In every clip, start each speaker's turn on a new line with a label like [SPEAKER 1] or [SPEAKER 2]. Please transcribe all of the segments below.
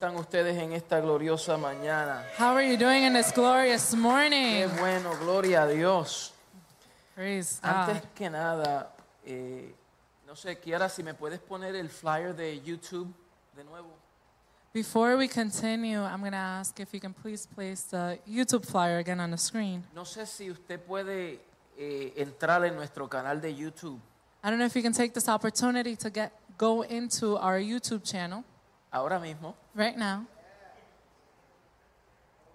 [SPEAKER 1] están ustedes en esta gloriosa mañana?
[SPEAKER 2] How are you doing in this glorious
[SPEAKER 1] Qué
[SPEAKER 2] morning?
[SPEAKER 1] bueno, gloria a Dios.
[SPEAKER 2] Praise
[SPEAKER 1] Antes
[SPEAKER 2] God.
[SPEAKER 1] que nada, eh, no sé, Kiara, si me puedes poner el flyer de YouTube de nuevo.
[SPEAKER 2] Before we continue, I'm going to ask if you can please place the YouTube flyer again on the screen.
[SPEAKER 1] No sé si usted puede eh, entrar en nuestro canal de YouTube.
[SPEAKER 2] I don't know if you can take this opportunity to get go into our YouTube channel
[SPEAKER 1] Ahora mismo,
[SPEAKER 2] right now,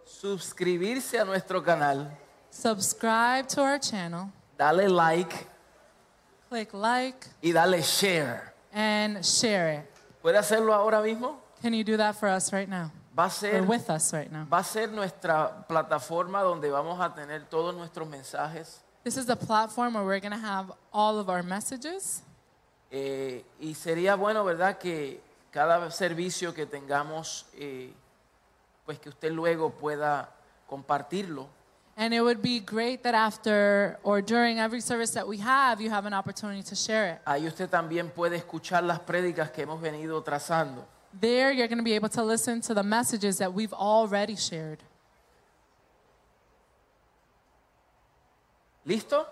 [SPEAKER 1] suscribirse a nuestro canal,
[SPEAKER 2] subscribe to our channel,
[SPEAKER 1] dale like
[SPEAKER 2] click like,
[SPEAKER 1] y dale share.
[SPEAKER 2] and share it.
[SPEAKER 1] ¿Puede hacerlo ahora mismo?
[SPEAKER 2] Can you do that for us right now?
[SPEAKER 1] Va a
[SPEAKER 2] Or
[SPEAKER 1] ser
[SPEAKER 2] with us right now.
[SPEAKER 1] va a ser nuestra plataforma donde vamos a tener todos nuestros mensajes
[SPEAKER 2] This is the platform where we're going to have all of our messages.
[SPEAKER 1] eh, y sería bueno, ¿verdad? Que cada servicio que tengamos, eh, pues que usted luego pueda compartirlo
[SPEAKER 2] And it would be great that after or during every service that we have, you have an opportunity to share it.
[SPEAKER 1] Ahí usted también puede escuchar las prédicas que hemos venido trazando.
[SPEAKER 2] There, you're going to be able to listen to the messages that we've already shared.
[SPEAKER 1] ¿Listo?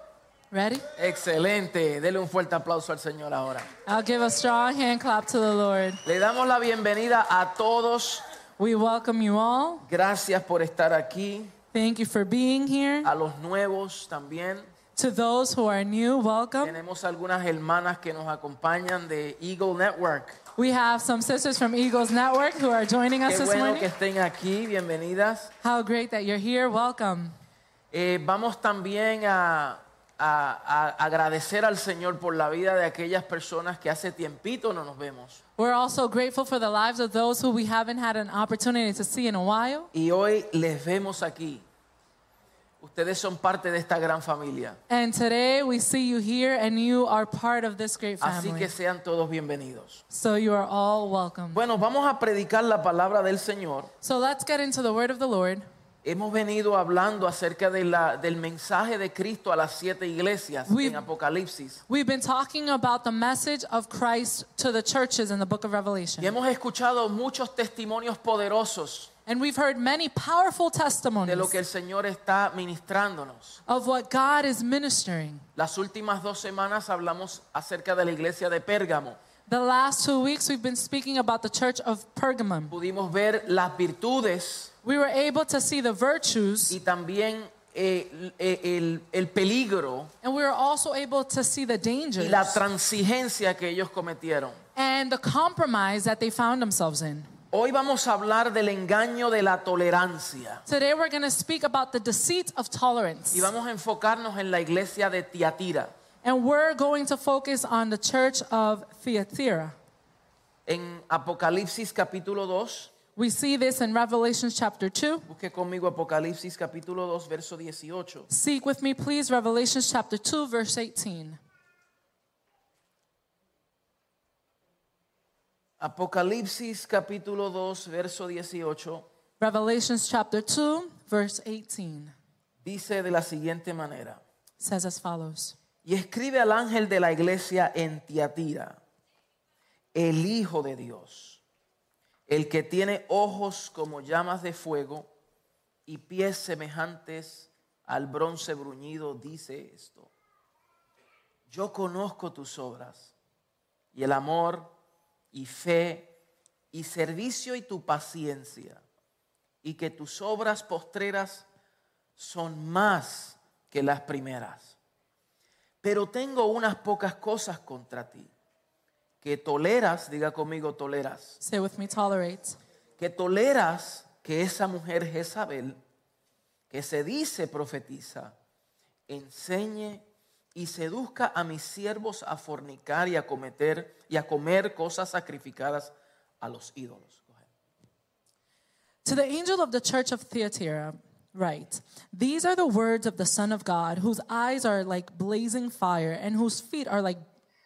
[SPEAKER 2] Ready?
[SPEAKER 1] Excelente. Dele un fuerte aplauso al Señor ahora.
[SPEAKER 2] I'll give a strong hand clap to the Lord.
[SPEAKER 1] Le damos la bienvenida a todos.
[SPEAKER 2] We welcome you all.
[SPEAKER 1] Gracias por estar aquí.
[SPEAKER 2] Thank you for being here.
[SPEAKER 1] A los nuevos también.
[SPEAKER 2] To those who are new, welcome.
[SPEAKER 1] Tenemos algunas hermanas que nos acompañan de Eagle Network.
[SPEAKER 2] We have some sisters from Eagles Network who are joining us
[SPEAKER 1] Qué
[SPEAKER 2] this
[SPEAKER 1] bueno que
[SPEAKER 2] morning.
[SPEAKER 1] estén aquí. Bienvenidas.
[SPEAKER 2] How great that you're here. Welcome.
[SPEAKER 1] Eh, vamos también a, a- a agradecer al Señor por la vida de aquellas personas que hace tiempito no nos vemos.
[SPEAKER 2] We're also grateful for the lives of those who we haven't had an opportunity to see in a while.
[SPEAKER 1] Y hoy les vemos aquí. Ustedes son parte de esta gran familia.
[SPEAKER 2] And today we see you here and you are part of this great
[SPEAKER 1] Así
[SPEAKER 2] family.
[SPEAKER 1] que sean todos bienvenidos.
[SPEAKER 2] So you are all welcome.
[SPEAKER 1] Bueno, vamos a predicar la palabra del Señor.
[SPEAKER 2] So let's get into the word of the Lord.
[SPEAKER 1] Hemos venido hablando acerca de la- del mensaje de Cristo a las siete iglesias en
[SPEAKER 2] We've-
[SPEAKER 1] Apocalipsis.
[SPEAKER 2] We've been talking about the message of Christ to the churches in the book of
[SPEAKER 1] Y
[SPEAKER 2] Revelation.
[SPEAKER 1] hemos escuchado muchos testimonios poderosos
[SPEAKER 2] And we've heard many powerful
[SPEAKER 1] de lo que
[SPEAKER 2] testimonies
[SPEAKER 1] el Señor está ministrándonos.
[SPEAKER 2] of what God is ministering.
[SPEAKER 1] Las últimas dos semanas hablamos acerca de la iglesia de Pérgamo.
[SPEAKER 2] The last two weeks we've been speaking about the church of Pergamum.
[SPEAKER 1] Pudimos ver las virtudes
[SPEAKER 2] We were able to see the virtues
[SPEAKER 1] y también eh, eh, el, el peligro
[SPEAKER 2] and we were also able to see the
[SPEAKER 1] y
[SPEAKER 2] dangers
[SPEAKER 1] la transigencia que ellos cometieron.
[SPEAKER 2] and the compromise that they found themselves in.
[SPEAKER 1] Hoy vamos a hablar del engaño de la tolerancia
[SPEAKER 2] Today we're going to speak about the deceit of tolerance.
[SPEAKER 1] y vamos a enfocarnos en la iglesia de Tiatira.
[SPEAKER 2] And we're going to focus on the church of Theatira.
[SPEAKER 1] En Apocalipsis capítulo 2,
[SPEAKER 2] We see this in Revelation chapter 2.
[SPEAKER 1] busque conmigo Apocalipsis capítulo 2, verso 18.
[SPEAKER 2] Seek with me, please, Revelation chapter 2, verse 18.
[SPEAKER 1] Apocalipsis capítulo 2, verso 18,
[SPEAKER 2] Revelation chapter 2, verse 18
[SPEAKER 1] dice de la siguiente manera,
[SPEAKER 2] says as follows
[SPEAKER 1] y escribe al ángel de la iglesia en Tiatira, el Hijo de Dios, el que tiene ojos como llamas de fuego y pies semejantes al bronce bruñido, dice esto, yo conozco tus obras y el amor y fe y servicio y tu paciencia y que tus obras postreras son más que las primeras. Pero tengo unas pocas cosas contra ti, que toleras, diga conmigo toleras,
[SPEAKER 2] Say with me, tolerate.
[SPEAKER 1] que toleras que esa mujer Jezabel, que se dice profetiza, enseñe y seduzca a mis siervos a fornicar y a cometer y a comer cosas sacrificadas a los ídolos.
[SPEAKER 2] To the angel of the church of Theatira, write These are the words of the Son of God, whose eyes are like blazing fire and whose feet are like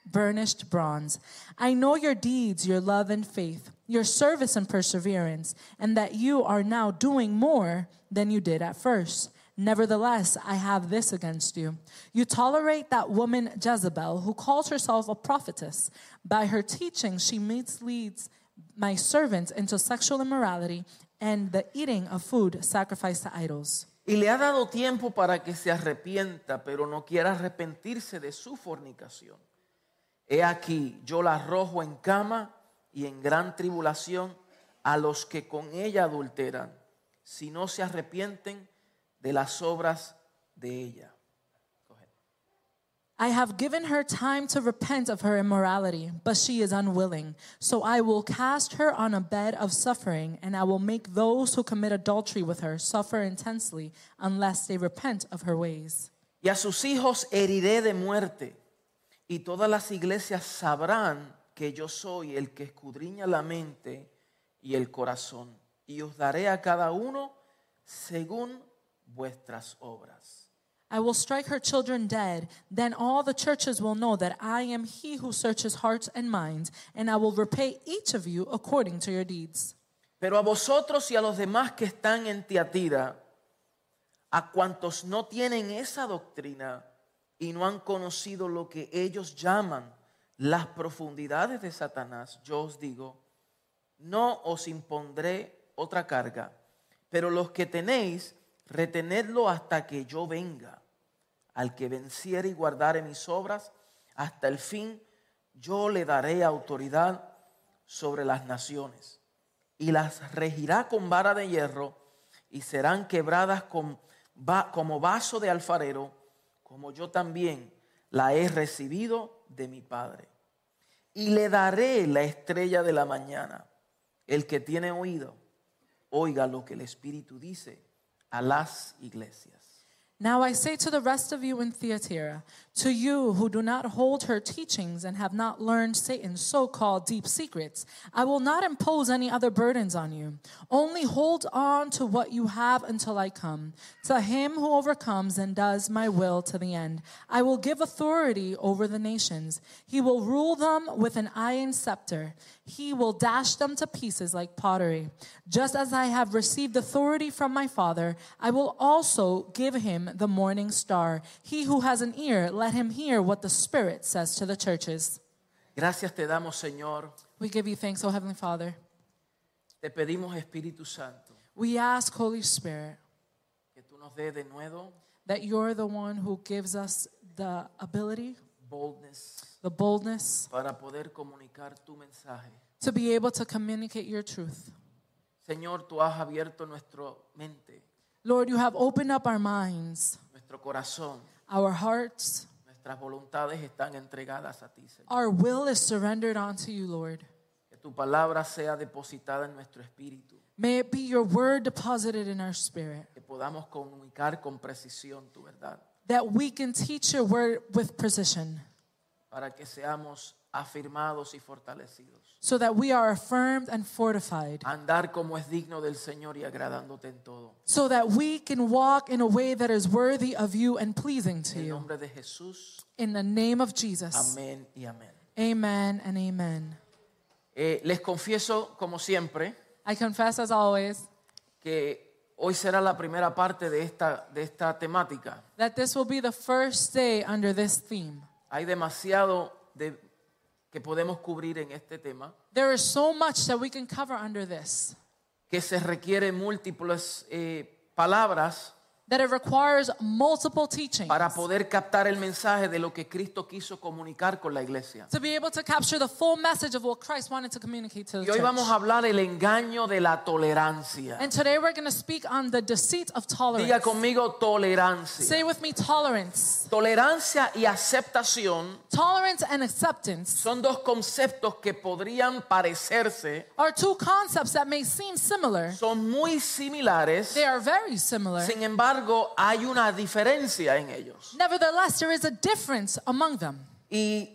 [SPEAKER 2] burnished bronze. I know your deeds, your love and faith, your service and perseverance, and that you are now doing more than you did at first. Nevertheless, I have this against you. You tolerate that woman Jezebel, who calls herself a prophetess. By her teaching, she misleads my servants into sexual immorality and the eating of food sacrificed to idols.
[SPEAKER 1] Y le ha dado tiempo para que se arrepienta, pero no quiere arrepentirse de su fornicación. He aquí, yo la arrojo en cama y en gran tribulación a los que con ella adulteran, si no se arrepienten de las obras de ella.
[SPEAKER 2] I have given her time to repent of her immorality, but she is unwilling. So I will cast her on a bed of suffering, and I will make those who commit adultery with her suffer intensely unless they repent of her ways.
[SPEAKER 1] Y a sus hijos heriré de muerte, y todas las iglesias sabrán que yo soy el que escudriña la mente y el corazón, y os daré a cada uno según vuestras obras.
[SPEAKER 2] I will strike her children dead. Then all the churches will know that I am he who searches hearts and minds, and I will repay each of you according to your deeds.
[SPEAKER 1] Pero a vosotros y a los demás que están en Tiatira, a cuantos no tienen esa doctrina y no han conocido lo que ellos llaman las profundidades de Satanás, yo os digo, no os impondré otra carga, pero los que tenéis, retenedlo hasta que yo venga. Al que venciere y guardare mis obras hasta el fin, yo le daré autoridad sobre las naciones y las regirá con vara de hierro y serán quebradas con va- como vaso de alfarero, como yo también la he recibido de mi Padre. Y le daré la estrella de la mañana. El que tiene oído, oiga lo que el Espíritu dice a las iglesias.
[SPEAKER 2] Now I say to the rest of you in Theatira, to you who do not hold her teachings and have not learned Satan's so called deep secrets, I will not impose any other burdens on you. Only hold on to what you have until I come. To him who overcomes and does my will to the end, I will give authority over the nations. He will rule them with an iron scepter. He will dash them to pieces like pottery. Just as I have received authority from my Father, I will also give him the morning star. He who has an ear, let him hear what the Spirit says to the churches.
[SPEAKER 1] Gracias te damos, Señor.
[SPEAKER 2] We give you thanks, O Heavenly Father.
[SPEAKER 1] Te pedimos, Espíritu Santo,
[SPEAKER 2] We ask, Holy Spirit,
[SPEAKER 1] que tú nos dé de nuevo
[SPEAKER 2] that you're the one who gives us the ability,
[SPEAKER 1] boldness
[SPEAKER 2] the boldness
[SPEAKER 1] para poder comunicar tu mensaje.
[SPEAKER 2] to be able to communicate your truth.
[SPEAKER 1] Señor, tú has abierto nuestra mente,
[SPEAKER 2] Lord, you have opened up our minds,
[SPEAKER 1] nuestro corazón.
[SPEAKER 2] our hearts.
[SPEAKER 1] Nuestras voluntades están entregadas a ti, Señor.
[SPEAKER 2] Our will is surrendered unto you, Lord.
[SPEAKER 1] Que tu palabra sea depositada en nuestro espíritu.
[SPEAKER 2] May it be your word deposited in our spirit,
[SPEAKER 1] Que podamos comunicar con precisión tu verdad.
[SPEAKER 2] that we can teach your word with precision,
[SPEAKER 1] Para que seamos afirmados y fortalecidos.
[SPEAKER 2] so that we are affirmed and fortified,
[SPEAKER 1] Andar como es digno del Señor y agradándote en todo.
[SPEAKER 2] so that we can walk in a way that is worthy of you and pleasing to
[SPEAKER 1] En el
[SPEAKER 2] you.
[SPEAKER 1] nombre de Jesús.
[SPEAKER 2] In the name of Jesus,
[SPEAKER 1] Amén y amén.
[SPEAKER 2] amen and amen.
[SPEAKER 1] Eh, les confieso, como siempre,
[SPEAKER 2] I confess, as always,
[SPEAKER 1] que hoy será la primera parte de esta, de esta temática.
[SPEAKER 2] that this will be the first day under this theme.
[SPEAKER 1] Hay demasiado de- que podemos cubrir en este tema,
[SPEAKER 2] There is so much that we can cover under this,
[SPEAKER 1] que se requiere múltiples eh, palabras
[SPEAKER 2] that it requires multiple teachings.
[SPEAKER 1] para poder captar el mensaje de lo que Cristo quiso comunicar con la iglesia.
[SPEAKER 2] to be able to capture the full message of what Christ wanted to communicate to the
[SPEAKER 1] Y hoy
[SPEAKER 2] church.
[SPEAKER 1] vamos a hablar del engaño de la tolerancia.
[SPEAKER 2] and today we're going to speak on the deceit of tolerance.
[SPEAKER 1] Diga conmigo tolerancia.
[SPEAKER 2] Say with me tolerance.
[SPEAKER 1] Tolerancia y aceptación
[SPEAKER 2] Tolerance and acceptance
[SPEAKER 1] son dos conceptos que podrían parecerse,
[SPEAKER 2] are two concepts that may seem similar.
[SPEAKER 1] son muy similares,
[SPEAKER 2] They are very similar.
[SPEAKER 1] sin embargo hay una diferencia en ellos.
[SPEAKER 2] Nevertheless, there is a difference among them.
[SPEAKER 1] Y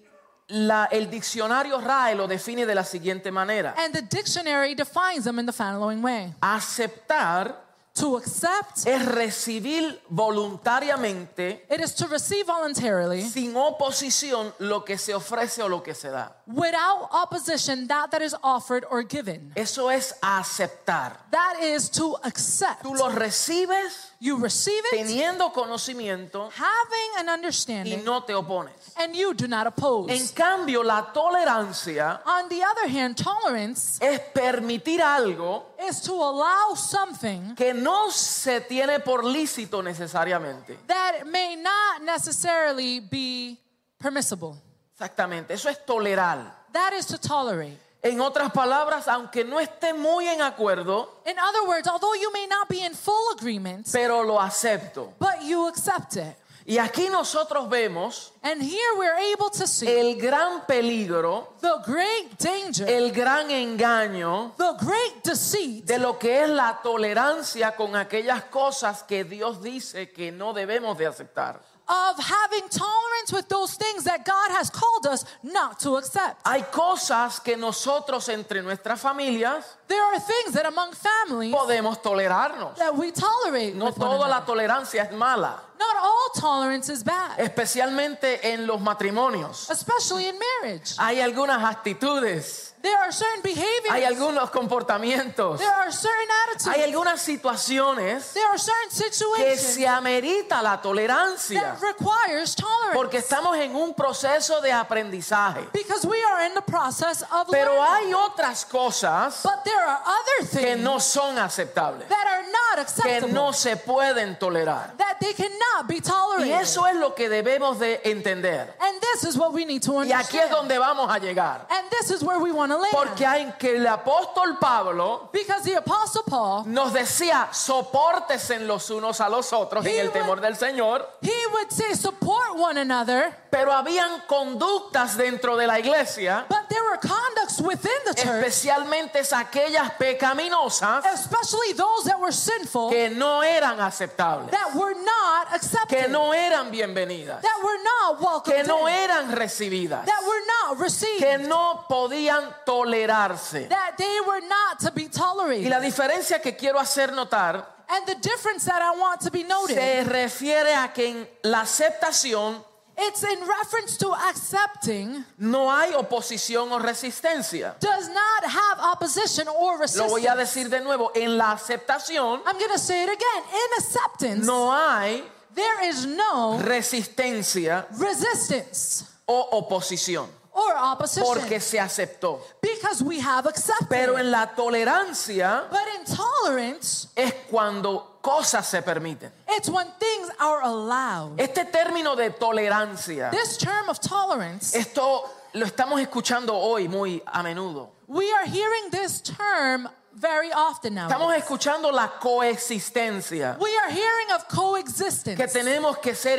[SPEAKER 1] la- el diccionario RAE lo define de la siguiente manera.
[SPEAKER 2] And the dictionary defines them in the following way.
[SPEAKER 1] Aceptar
[SPEAKER 2] To accept,
[SPEAKER 1] es recibir voluntariamente,
[SPEAKER 2] it is to receive voluntarily
[SPEAKER 1] sin oposición, lo que se ofrece o lo que se da.
[SPEAKER 2] without opposition that that is offered or given.
[SPEAKER 1] Eso es aceptar.
[SPEAKER 2] That is to accept.
[SPEAKER 1] Tú lo recibes
[SPEAKER 2] You receive it,
[SPEAKER 1] teniendo conocimiento
[SPEAKER 2] having an
[SPEAKER 1] y
[SPEAKER 2] understanding,
[SPEAKER 1] no te opones.
[SPEAKER 2] and you do not
[SPEAKER 1] En
[SPEAKER 2] oppose.
[SPEAKER 1] cambio, la tolerancia
[SPEAKER 2] On the other hand, tolerance
[SPEAKER 1] es permitir algo
[SPEAKER 2] is to allow something
[SPEAKER 1] que no se tiene por lícito necesariamente.
[SPEAKER 2] that may not necessarily be permissible.
[SPEAKER 1] Exactamente, eso es tolerar.
[SPEAKER 2] That is to tolerate.
[SPEAKER 1] En otras palabras, aunque no esté muy en acuerdo,
[SPEAKER 2] In other words, although you may not be in full agreement,
[SPEAKER 1] pero lo acepto.
[SPEAKER 2] but you accept it.
[SPEAKER 1] Y aquí nosotros vemos
[SPEAKER 2] And here we're able to see
[SPEAKER 1] el gran peligro,
[SPEAKER 2] the great danger,
[SPEAKER 1] el gran engaño
[SPEAKER 2] the great deceit
[SPEAKER 1] de lo que es la tolerancia con aquellas cosas que Dios dice que no debemos de aceptar.
[SPEAKER 2] of having tolerance with those things that God has called us not to accept.
[SPEAKER 1] Hay cosas que nosotros entre nuestras familias
[SPEAKER 2] There are things that among families
[SPEAKER 1] podemos tolerarnos.
[SPEAKER 2] that we tolerate.
[SPEAKER 1] No
[SPEAKER 2] with one
[SPEAKER 1] toda la
[SPEAKER 2] another.
[SPEAKER 1] tolerancia es mala,
[SPEAKER 2] Not all tolerance is bad,
[SPEAKER 1] especialmente en los matrimonios.
[SPEAKER 2] especially in marriage.
[SPEAKER 1] Hay algunas actitudes,
[SPEAKER 2] There are certain
[SPEAKER 1] hay
[SPEAKER 2] behaviors,
[SPEAKER 1] algunos comportamientos,
[SPEAKER 2] there are certain
[SPEAKER 1] hay
[SPEAKER 2] attitudes,
[SPEAKER 1] algunas situaciones
[SPEAKER 2] there are certain
[SPEAKER 1] que
[SPEAKER 2] situations
[SPEAKER 1] se amerita la tolerancia
[SPEAKER 2] that requires tolerance
[SPEAKER 1] porque estamos en un proceso de aprendizaje.
[SPEAKER 2] because we are in the process of
[SPEAKER 1] Pero hay
[SPEAKER 2] learning.
[SPEAKER 1] otras cosas
[SPEAKER 2] But there are other
[SPEAKER 1] que
[SPEAKER 2] things
[SPEAKER 1] no son aceptables,
[SPEAKER 2] that are not
[SPEAKER 1] que
[SPEAKER 2] acceptable,
[SPEAKER 1] no se pueden tolerar.
[SPEAKER 2] that they cannot be
[SPEAKER 1] Y
[SPEAKER 2] tolerated.
[SPEAKER 1] eso es lo que debemos de entender.
[SPEAKER 2] and this is what we need to
[SPEAKER 1] Y aquí es
[SPEAKER 2] understand.
[SPEAKER 1] donde vamos a llegar.
[SPEAKER 2] and this is where we want to land.
[SPEAKER 1] Porque hay que el apóstol Pablo
[SPEAKER 2] because the Apostle Paul,
[SPEAKER 1] nos decía, soportes en los unos a los otros en el temor del Señor.
[SPEAKER 2] he would say support one another,
[SPEAKER 1] Pero habían conductas dentro de la iglesia,
[SPEAKER 2] but there were conducts within the church,
[SPEAKER 1] especialmente aquellas pecaminosas,
[SPEAKER 2] especially those that were sinful,
[SPEAKER 1] que no eran aceptables,
[SPEAKER 2] that were not accepted,
[SPEAKER 1] que no eran bienvenidas,
[SPEAKER 2] that were not welcomed,
[SPEAKER 1] que no
[SPEAKER 2] in,
[SPEAKER 1] eran recibidas,
[SPEAKER 2] that were not received,
[SPEAKER 1] que no podían tolerarse.
[SPEAKER 2] that they were not to be
[SPEAKER 1] Y
[SPEAKER 2] tolerated.
[SPEAKER 1] la diferencia que quiero hacer notar
[SPEAKER 2] and the difference that I want to be noted.
[SPEAKER 1] se refiere a que en la aceptación
[SPEAKER 2] It's in reference to accepting
[SPEAKER 1] no hay oposición o resistencia.
[SPEAKER 2] does not have opposition or
[SPEAKER 1] Lo
[SPEAKER 2] resistance.
[SPEAKER 1] voy a decir de nuevo, en la aceptación
[SPEAKER 2] I'm going to say it again. In acceptance,
[SPEAKER 1] no hay
[SPEAKER 2] there is no
[SPEAKER 1] resistencia
[SPEAKER 2] resistance
[SPEAKER 1] o oposición,
[SPEAKER 2] or opposition
[SPEAKER 1] porque se aceptó.
[SPEAKER 2] because we have accepted.
[SPEAKER 1] Pero en la tolerancia
[SPEAKER 2] but in tolerance,
[SPEAKER 1] es cuando cosas se permiten.
[SPEAKER 2] it's when things are allowed.
[SPEAKER 1] Este término de tolerancia,
[SPEAKER 2] this term of tolerance,
[SPEAKER 1] esto lo estamos escuchando hoy muy a menudo.
[SPEAKER 2] we are hearing this term very often now.
[SPEAKER 1] Estamos escuchando la coexistencia,
[SPEAKER 2] we are hearing of coexistence,
[SPEAKER 1] que tenemos que ser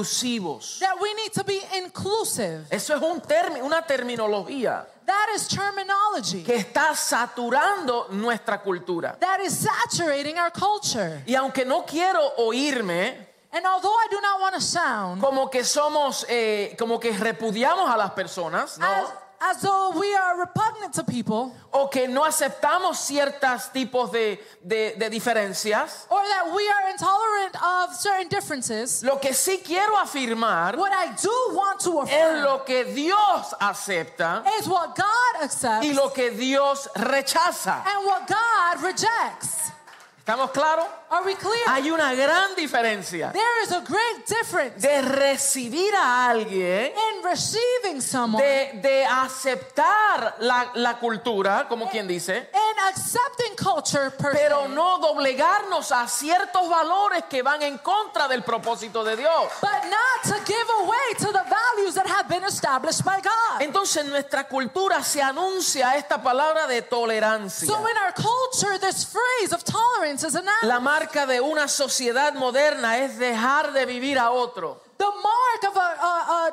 [SPEAKER 1] inclusivos.
[SPEAKER 2] that we need to be inclusive.
[SPEAKER 1] Eso es un termi- una terminología
[SPEAKER 2] That is terminology.
[SPEAKER 1] que está saturando nuestra cultura.
[SPEAKER 2] that is saturating our culture.
[SPEAKER 1] Y aunque no quiero oírme,
[SPEAKER 2] And although I do not want to sound
[SPEAKER 1] como que somos, eh, como que repudiamos a las personas, ¿no?
[SPEAKER 2] as, as though we are repugnant to people
[SPEAKER 1] o que no aceptamos ciertos tipos de, de- de diferencias.
[SPEAKER 2] or that we are intolerant of certain differences,
[SPEAKER 1] Lo que sí quiero afirmar
[SPEAKER 2] what I do want to
[SPEAKER 1] es
[SPEAKER 2] affirm
[SPEAKER 1] lo que Dios acepta
[SPEAKER 2] is what God accepts
[SPEAKER 1] y
[SPEAKER 2] and
[SPEAKER 1] lo que Dios rechaza.
[SPEAKER 2] what God rejects.
[SPEAKER 1] ¿Estamos claros?
[SPEAKER 2] Are we clear?
[SPEAKER 1] Hay una gran diferencia
[SPEAKER 2] there is a great difference
[SPEAKER 1] de recibir a alguien,
[SPEAKER 2] in receiving someone,
[SPEAKER 1] de, de aceptar la, la cultura, como quien dice,
[SPEAKER 2] in accepting culture per
[SPEAKER 1] pero
[SPEAKER 2] se,
[SPEAKER 1] no doblegarnos a ciertos valores que van en contra del propósito de Dios.
[SPEAKER 2] but not to give away to the values that have been established by God.
[SPEAKER 1] Entonces en nuestra cultura se anuncia esta palabra de tolerancia,
[SPEAKER 2] So in our culture, this phrase of tolerance is announced.
[SPEAKER 1] la marca de una sociedad moderna es dejar de vivir a otro,
[SPEAKER 2] the mark of a,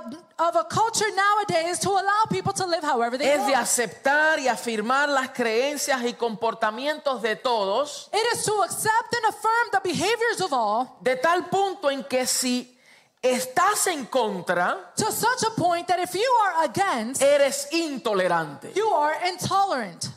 [SPEAKER 2] a, a of a culture nowadays is to allow people to live however they
[SPEAKER 1] es de
[SPEAKER 2] want.
[SPEAKER 1] aceptar y afirmar las creencias y comportamientos de todos,
[SPEAKER 2] It is to accept and affirm the behaviors of all
[SPEAKER 1] de tal punto en que si estás en contra,
[SPEAKER 2] to such a point that if you are against,
[SPEAKER 1] eres intolerante.
[SPEAKER 2] you are intolerant.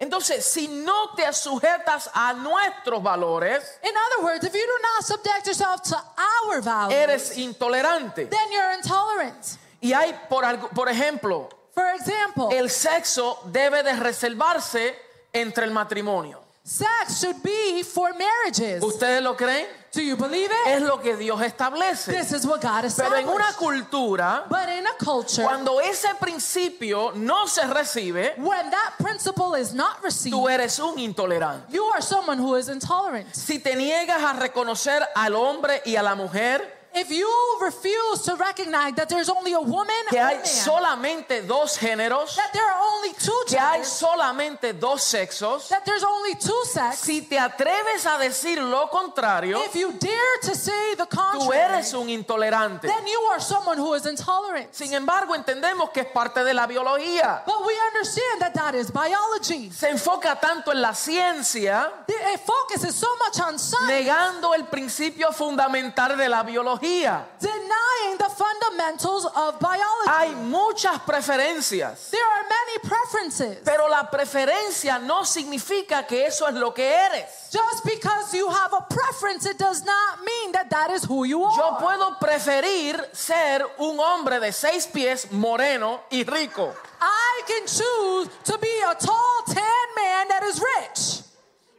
[SPEAKER 1] Entonces, si no te sujetas a nuestros valores,
[SPEAKER 2] In other words, if you do not subject yourself to our values,
[SPEAKER 1] eres intolerante.
[SPEAKER 2] then you're intolerant.
[SPEAKER 1] Y hay, por, algo- por ejemplo,
[SPEAKER 2] For example,
[SPEAKER 1] el sexo debe de reservarse entre el matrimonio.
[SPEAKER 2] sex should be for marriages.
[SPEAKER 1] ¿Ustedes lo creen?
[SPEAKER 2] Do you believe it?
[SPEAKER 1] Es lo que Dios establece.
[SPEAKER 2] This is what God
[SPEAKER 1] Pero en una
[SPEAKER 2] established.
[SPEAKER 1] cultura,
[SPEAKER 2] But in a culture,
[SPEAKER 1] cuando ese principio no se recibe,
[SPEAKER 2] when that principle is not received,
[SPEAKER 1] tú eres un intolerante.
[SPEAKER 2] you are someone who is intolerant.
[SPEAKER 1] Si te niegas a reconocer al hombre y a la mujer,
[SPEAKER 2] If you refuse to recognize that there's only a woman
[SPEAKER 1] que
[SPEAKER 2] and a
[SPEAKER 1] hay
[SPEAKER 2] man,
[SPEAKER 1] solamente dos géneros,
[SPEAKER 2] that there are only two
[SPEAKER 1] que hay
[SPEAKER 2] genders,
[SPEAKER 1] solamente dos sexos,
[SPEAKER 2] that there's only two sex,
[SPEAKER 1] si te atreves a decir lo contrario,
[SPEAKER 2] if you dare to say the
[SPEAKER 1] tú
[SPEAKER 2] contrary,
[SPEAKER 1] eres un intolerante.
[SPEAKER 2] then you are someone who is intolerant.
[SPEAKER 1] Sin embargo, entendemos que es parte de la biología.
[SPEAKER 2] But we understand that that is biology.
[SPEAKER 1] Se enfoca tanto en la ciencia,
[SPEAKER 2] It focuses so much on science,
[SPEAKER 1] negando el principio fundamental de la biología.
[SPEAKER 2] denying the fundamentals of biology.
[SPEAKER 1] Hay muchas preferencias,
[SPEAKER 2] There are many preferences.
[SPEAKER 1] pero la preferencia no significa que eso es lo que eres.
[SPEAKER 2] Just because you have a preference, it does not mean that that is who you
[SPEAKER 1] Yo
[SPEAKER 2] are.
[SPEAKER 1] puedo preferir ser un hombre de seis pies, moreno y rico.
[SPEAKER 2] I can choose to be a tall, tan man that is rich.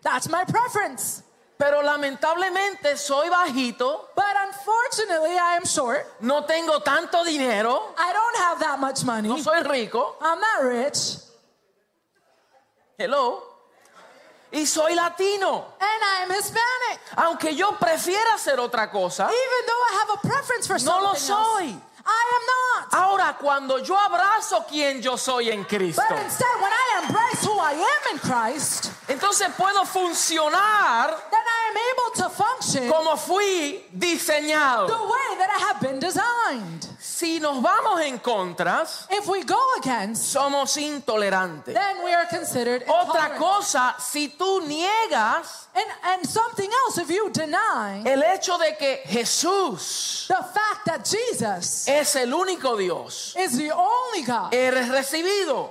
[SPEAKER 2] That's my preference.
[SPEAKER 1] Pero lamentablemente soy bajito,
[SPEAKER 2] But unfortunately, I am short.
[SPEAKER 1] no tengo tanto dinero,
[SPEAKER 2] I don't have that much
[SPEAKER 1] no
[SPEAKER 2] money.
[SPEAKER 1] soy rico.
[SPEAKER 2] I'm not rich.
[SPEAKER 1] Hello. Y soy latino.
[SPEAKER 2] And I am Hispanic.
[SPEAKER 1] Aunque yo prefiera hacer otra cosa.
[SPEAKER 2] Even though I have a preference
[SPEAKER 1] No
[SPEAKER 2] for something
[SPEAKER 1] lo soy.
[SPEAKER 2] else, I am not.
[SPEAKER 1] Ahora, cuando yo abrazo quien yo soy en Cristo,
[SPEAKER 2] But instead, when I embrace who I am in Christ,
[SPEAKER 1] entonces puedo funcionar
[SPEAKER 2] then I am able to function
[SPEAKER 1] como fui
[SPEAKER 2] the
[SPEAKER 1] diseñado.
[SPEAKER 2] way that I have been designed.
[SPEAKER 1] Si nos vamos en contras,
[SPEAKER 2] If we go against,
[SPEAKER 1] somos intolerantes.
[SPEAKER 2] then we are considered
[SPEAKER 1] Otra
[SPEAKER 2] intolerant.
[SPEAKER 1] cosa, si tú niegas
[SPEAKER 2] And, and something else, if you deny
[SPEAKER 1] el hecho de que Jesús
[SPEAKER 2] the fact that Jesus
[SPEAKER 1] es el único Dios,
[SPEAKER 2] is the only God,
[SPEAKER 1] eres recibido.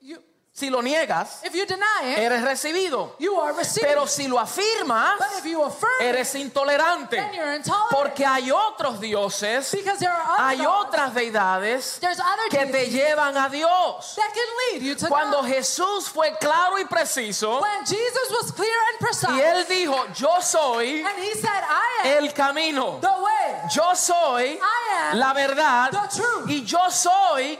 [SPEAKER 2] you,
[SPEAKER 1] Si lo niegas,
[SPEAKER 2] if you deny it,
[SPEAKER 1] eres recibido.
[SPEAKER 2] you are received.
[SPEAKER 1] Eh. Pero si lo afirmas,
[SPEAKER 2] But if you affirm it,
[SPEAKER 1] eres eh. intolerante.
[SPEAKER 2] then you're intolerant.
[SPEAKER 1] Porque hay otros dioses,
[SPEAKER 2] Because there are other
[SPEAKER 1] hay
[SPEAKER 2] gods.
[SPEAKER 1] otras deidades
[SPEAKER 2] There's other
[SPEAKER 1] que te
[SPEAKER 2] deities
[SPEAKER 1] llevan a Dios.
[SPEAKER 2] that can lead you to
[SPEAKER 1] Cuando
[SPEAKER 2] God.
[SPEAKER 1] Jesús fue claro y preciso
[SPEAKER 2] When Jesus was clear and
[SPEAKER 1] y
[SPEAKER 2] precise,
[SPEAKER 1] él Eh. dijo, yo soy
[SPEAKER 2] and he said, I am
[SPEAKER 1] el camino,
[SPEAKER 2] the way,
[SPEAKER 1] yo soy
[SPEAKER 2] I am
[SPEAKER 1] la verdad
[SPEAKER 2] the truth.
[SPEAKER 1] y yo soy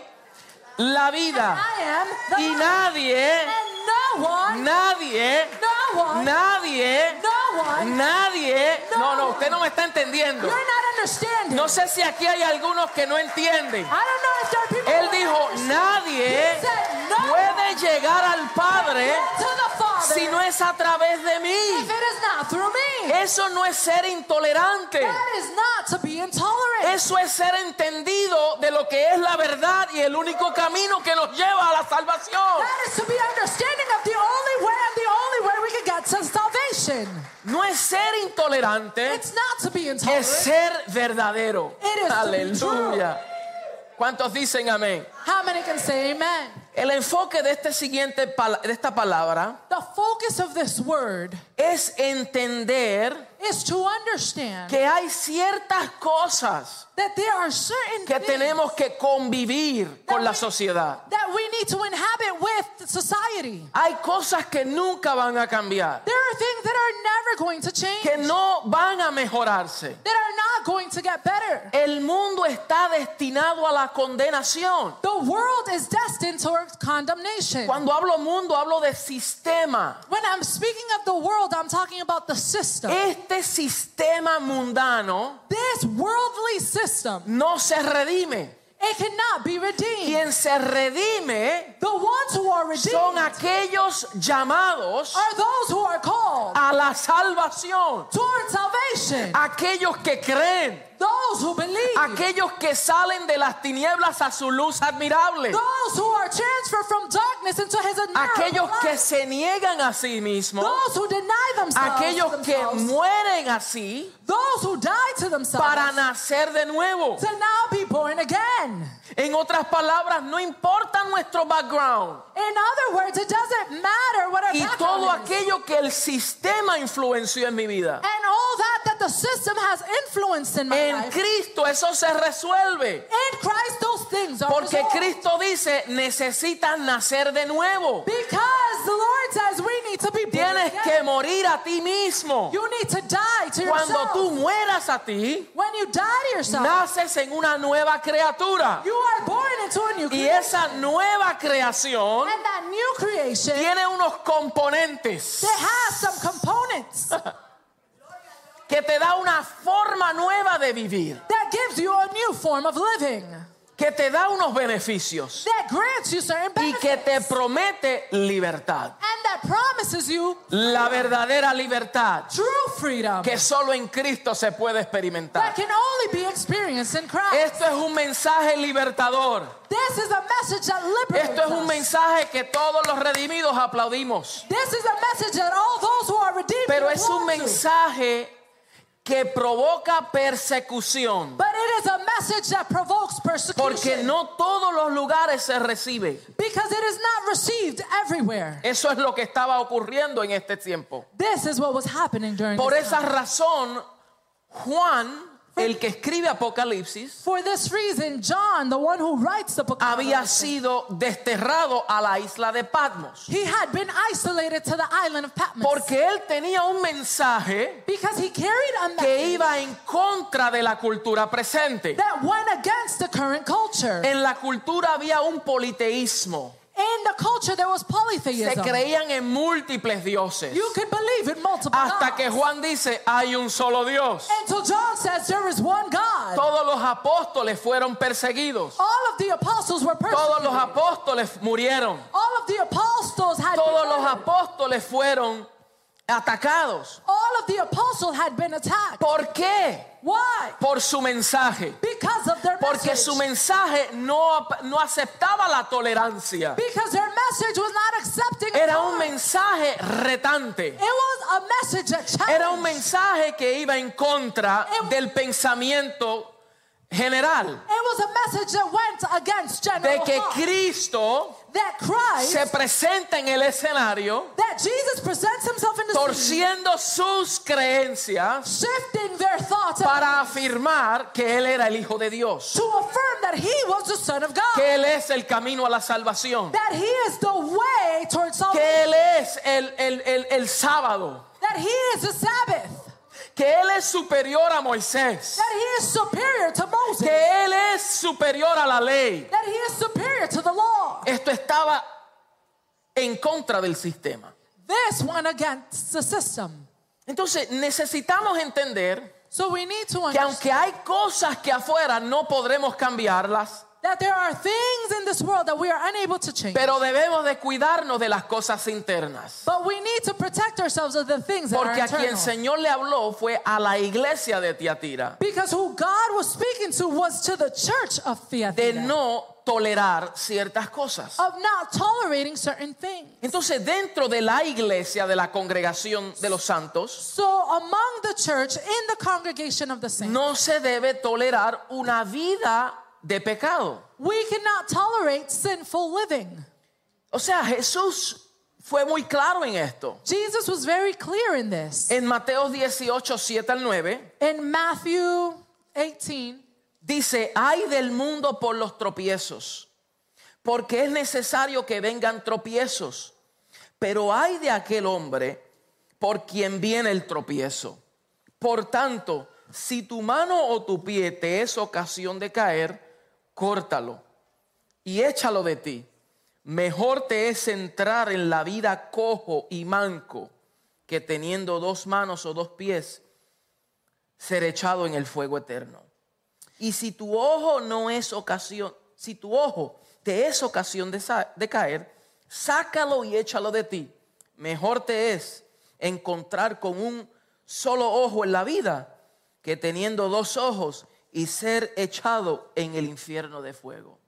[SPEAKER 1] la vida.
[SPEAKER 2] I am
[SPEAKER 1] Y
[SPEAKER 2] the light.
[SPEAKER 1] nadie,
[SPEAKER 2] And no one,
[SPEAKER 1] nadie,
[SPEAKER 2] no one,
[SPEAKER 1] nadie,
[SPEAKER 2] no one,
[SPEAKER 1] nadie, no,
[SPEAKER 2] No.
[SPEAKER 1] no, usted no me está entendiendo.
[SPEAKER 2] you're not understanding.
[SPEAKER 1] No sé si aquí hay algunos que no entienden.
[SPEAKER 2] I don't know if there are people
[SPEAKER 1] Él
[SPEAKER 2] who
[SPEAKER 1] dijo, eh,
[SPEAKER 2] understand.
[SPEAKER 1] nadie
[SPEAKER 2] said, "No
[SPEAKER 1] puede llegar al Padre
[SPEAKER 2] to the Father
[SPEAKER 1] si no es a través de
[SPEAKER 2] if
[SPEAKER 1] mí.
[SPEAKER 2] it is not through me.
[SPEAKER 1] Eso no es ser intolerante.
[SPEAKER 2] That is not to be intolerant.
[SPEAKER 1] Eso es ser entendido de lo que es la verdad y el único camino que nos lleva a la salvación.
[SPEAKER 2] That is to be understanding of the only way and the only way we can get to salvation.
[SPEAKER 1] No es ser intolerante,
[SPEAKER 2] It's not to be
[SPEAKER 1] es
[SPEAKER 2] intolerant.
[SPEAKER 1] ser verdadero.
[SPEAKER 2] It is to be
[SPEAKER 1] Aleluya. ¿Cuántos dicen amén?
[SPEAKER 2] How many can say amen?
[SPEAKER 1] El enfoque de, este siguiente, pal- de esta palabra
[SPEAKER 2] The focus of this word
[SPEAKER 1] es entender
[SPEAKER 2] is to understand
[SPEAKER 1] que hay ciertas cosas
[SPEAKER 2] that there are certain
[SPEAKER 1] que
[SPEAKER 2] things
[SPEAKER 1] tenemos que convivir con la sociedad.
[SPEAKER 2] that we need to inhabit with society.
[SPEAKER 1] Hay cosas que nunca van a cambiar,
[SPEAKER 2] There are things that are never going to change,
[SPEAKER 1] que no van a mejorarse.
[SPEAKER 2] that are not going to get better.
[SPEAKER 1] El mundo está destinado a la condenación.
[SPEAKER 2] The world is destined towards condemnation.
[SPEAKER 1] Cuando hablo mundo, hablo de sistema.
[SPEAKER 2] When I'm speaking of the world, I'm talking about the system.
[SPEAKER 1] Este sistema mundano
[SPEAKER 2] This worldly system,
[SPEAKER 1] no se redime.
[SPEAKER 2] it cannot be redeemed.
[SPEAKER 1] Quien se redime
[SPEAKER 2] The ones who are
[SPEAKER 1] son
[SPEAKER 2] redeemed
[SPEAKER 1] aquellos llamados
[SPEAKER 2] are those who are called
[SPEAKER 1] a la salvación,
[SPEAKER 2] towards salvation.
[SPEAKER 1] aquellos que creen.
[SPEAKER 2] Those who believe.
[SPEAKER 1] Aquellos que salen de las tinieblas a su luz admirable.
[SPEAKER 2] Those who are transferred from darkness into his
[SPEAKER 1] Aquellos
[SPEAKER 2] admirable
[SPEAKER 1] que
[SPEAKER 2] light.
[SPEAKER 1] se niegan a sí mismos.
[SPEAKER 2] Those who deny
[SPEAKER 1] Aquellos
[SPEAKER 2] themselves.
[SPEAKER 1] que
[SPEAKER 2] themselves.
[SPEAKER 1] mueren así
[SPEAKER 2] Those who die to
[SPEAKER 1] para
[SPEAKER 2] themselves
[SPEAKER 1] nacer de nuevo.
[SPEAKER 2] to now be born again.
[SPEAKER 1] En otras palabras, no importa nuestro background
[SPEAKER 2] In other words, it doesn't matter what our
[SPEAKER 1] y todo
[SPEAKER 2] background is.
[SPEAKER 1] aquello que el sistema influenció en mi vida.
[SPEAKER 2] and all that that the system has influenced in my
[SPEAKER 1] En
[SPEAKER 2] life.
[SPEAKER 1] Cristo eso se resuelve.
[SPEAKER 2] In Christ, those things are
[SPEAKER 1] Porque
[SPEAKER 2] resolved.
[SPEAKER 1] Cristo dice, necesitas nacer de nuevo.
[SPEAKER 2] Because the Lord says we need to be born
[SPEAKER 1] Tienes
[SPEAKER 2] again.
[SPEAKER 1] que morir a ti mismo.
[SPEAKER 2] You need to die to
[SPEAKER 1] Cuando
[SPEAKER 2] yourself.
[SPEAKER 1] tú mueras a ti,
[SPEAKER 2] when you die to yourself,
[SPEAKER 1] naces en una nueva criatura.
[SPEAKER 2] you are born into a new
[SPEAKER 1] Y
[SPEAKER 2] creation.
[SPEAKER 1] esa nueva creación
[SPEAKER 2] and that new creation,
[SPEAKER 1] tiene unos componentes
[SPEAKER 2] it has some components
[SPEAKER 1] que te da una forma nueva de vivir,
[SPEAKER 2] that gives you a new form of living,
[SPEAKER 1] que te da unos beneficios
[SPEAKER 2] that grants you certain
[SPEAKER 1] y
[SPEAKER 2] benefits,
[SPEAKER 1] que te promete libertad.
[SPEAKER 2] and that promises you
[SPEAKER 1] La verdadera libertad
[SPEAKER 2] true freedom
[SPEAKER 1] que solo en Cristo se puede experimentar.
[SPEAKER 2] that can only be experienced in Christ.
[SPEAKER 1] Esto es un mensaje libertador.
[SPEAKER 2] This is a message that liberates
[SPEAKER 1] Esto es un
[SPEAKER 2] us.
[SPEAKER 1] mensaje que todos los redimidos aplaudimos.
[SPEAKER 2] This is a message that all those who are redeemed
[SPEAKER 1] Pero es un
[SPEAKER 2] belong to.
[SPEAKER 1] mensaje que provoca persecución.
[SPEAKER 2] But it is a message that provokes
[SPEAKER 1] Porque
[SPEAKER 2] persecution.
[SPEAKER 1] no todos los lugares se recibe.
[SPEAKER 2] Because it is not received everywhere.
[SPEAKER 1] Eso es lo que estaba ocurriendo en este tiempo.
[SPEAKER 2] This is what was happening during
[SPEAKER 1] Por
[SPEAKER 2] this
[SPEAKER 1] esa
[SPEAKER 2] time.
[SPEAKER 1] razón, Juan, el que escribe Apocalipsis,
[SPEAKER 2] For this reason, John, the one who writes the book, of
[SPEAKER 1] había
[SPEAKER 2] Revelation,
[SPEAKER 1] sido desterrado a la isla de Patmos.
[SPEAKER 2] he had been isolated to the island of Patmos
[SPEAKER 1] Porque él tenía un mensaje
[SPEAKER 2] because he carried a
[SPEAKER 1] que
[SPEAKER 2] message
[SPEAKER 1] iba en contra de la cultura presente.
[SPEAKER 2] that went against the current culture.
[SPEAKER 1] En la cultura había un politeísmo.
[SPEAKER 2] In the culture, there was
[SPEAKER 1] Se
[SPEAKER 2] polytheism.
[SPEAKER 1] creían en múltiples dioses.
[SPEAKER 2] You could believe in multiple
[SPEAKER 1] Hasta que
[SPEAKER 2] gods.
[SPEAKER 1] Juan dice, hay un solo Dios.
[SPEAKER 2] Until John says there is one God.
[SPEAKER 1] Todos los apóstoles fueron perseguidos.
[SPEAKER 2] All of the apostles were
[SPEAKER 1] Todos los
[SPEAKER 2] persecuted.
[SPEAKER 1] apóstoles murieron.
[SPEAKER 2] All of the apostles had
[SPEAKER 1] Todos
[SPEAKER 2] been
[SPEAKER 1] los
[SPEAKER 2] murdered.
[SPEAKER 1] apóstoles fueron atacados.
[SPEAKER 2] All of the apostles had been attacked.
[SPEAKER 1] ¿Por qué?
[SPEAKER 2] Why?
[SPEAKER 1] Por su mensaje.
[SPEAKER 2] Because of their
[SPEAKER 1] Porque su
[SPEAKER 2] message.
[SPEAKER 1] mensaje no, ap- no aceptaba la tolerancia.
[SPEAKER 2] Because their message was not accepting. of
[SPEAKER 1] Era un
[SPEAKER 2] God.
[SPEAKER 1] mensaje retante.
[SPEAKER 2] It was a message that challenged.
[SPEAKER 1] Era un mensaje que iba en contra del pensamiento general
[SPEAKER 2] It was a message that went against general
[SPEAKER 1] de que
[SPEAKER 2] thought.
[SPEAKER 1] Cristo
[SPEAKER 2] that Christ,
[SPEAKER 1] se presenta en el escenario
[SPEAKER 2] that Jesus presents himself in the scene,
[SPEAKER 1] torciendo sus creencias
[SPEAKER 2] shifting their thoughts and-
[SPEAKER 1] para afirmar que Él era el Hijo de Dios,
[SPEAKER 2] to affirm that he was the Son of God.
[SPEAKER 1] que Él es el camino a la salvación,
[SPEAKER 2] that he is the way towards salvation.
[SPEAKER 1] que Él es el, el- el- el sábado,
[SPEAKER 2] that he is the Sabbath.
[SPEAKER 1] que Él es superior a Moisés,
[SPEAKER 2] That he is superior to Moses.
[SPEAKER 1] que Él es superior a la ley.
[SPEAKER 2] that he is superior to the law.
[SPEAKER 1] Esto estaba en contra del sistema.
[SPEAKER 2] This went against the system.
[SPEAKER 1] Entonces necesitamos entender
[SPEAKER 2] So we need to
[SPEAKER 1] que
[SPEAKER 2] understand
[SPEAKER 1] aunque hay cosas que afuera no podremos cambiarlas,
[SPEAKER 2] that there are things in this world that we are unable to change.
[SPEAKER 1] pero debemos de cuidarnos de las cosas internas.
[SPEAKER 2] But we need to protect ourselves of the things that
[SPEAKER 1] Porque
[SPEAKER 2] are
[SPEAKER 1] a quien
[SPEAKER 2] internal.
[SPEAKER 1] el Señor le habló fue a la iglesia de Tiatira,
[SPEAKER 2] because who God was speaking to was to the church of
[SPEAKER 1] de
[SPEAKER 2] Theatira,
[SPEAKER 1] no tolerar ciertas cosas.
[SPEAKER 2] of not tolerating certain things.
[SPEAKER 1] Entonces dentro de la iglesia, de la congregación de los santos,
[SPEAKER 2] So among the church, in the congregation of the saints,
[SPEAKER 1] no se debe tolerar una vida de pecado.
[SPEAKER 2] we cannot tolerate sinful living.
[SPEAKER 1] O sea, Jesús fue muy claro en esto.
[SPEAKER 2] Jesus was very clear in this.
[SPEAKER 1] En Mateo 18, 7 al 9,
[SPEAKER 2] In Matthew 18,
[SPEAKER 1] dice, ay del mundo por los tropiezos, porque es necesario que vengan tropiezos, pero hay de aquel hombre por quien viene el tropiezo. Por tanto, si tu mano o tu pie te es ocasión de caer, córtalo y échalo de ti. Mejor te es entrar en la vida cojo y manco que teniendo dos manos o dos pies ser echado en el fuego eterno. Y si tu ojo no es ocasión, si tu ojo te es ocasión de, sa- de caer, sácalo y échalo de ti. Mejor te es encontrar con un solo ojo en la vida que teniendo dos ojos y ser echado en el infierno de fuego.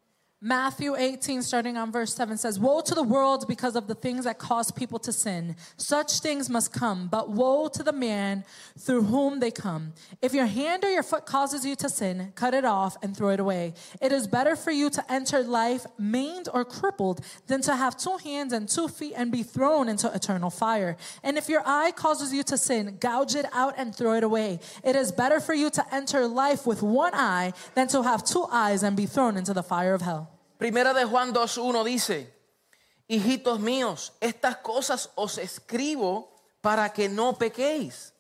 [SPEAKER 2] Matthew 18, starting on verse 7, says, Woe to the world because of the things that cause people to sin. Such things must come, but woe to the man through whom they come. If your hand or your foot causes you to sin, cut it off and throw it away. It is better for you to enter life maimed or crippled than to have two hands and two feet and be thrown into eternal fire. And if your eye causes you to sin, gouge it out and throw it away. It is better for you to enter life with one eye than to have two eyes and be thrown into the fire of hell.
[SPEAKER 1] Primera de Juan 2.1 dice, hijitos míos, estas cosas os escribo para que no pequéis.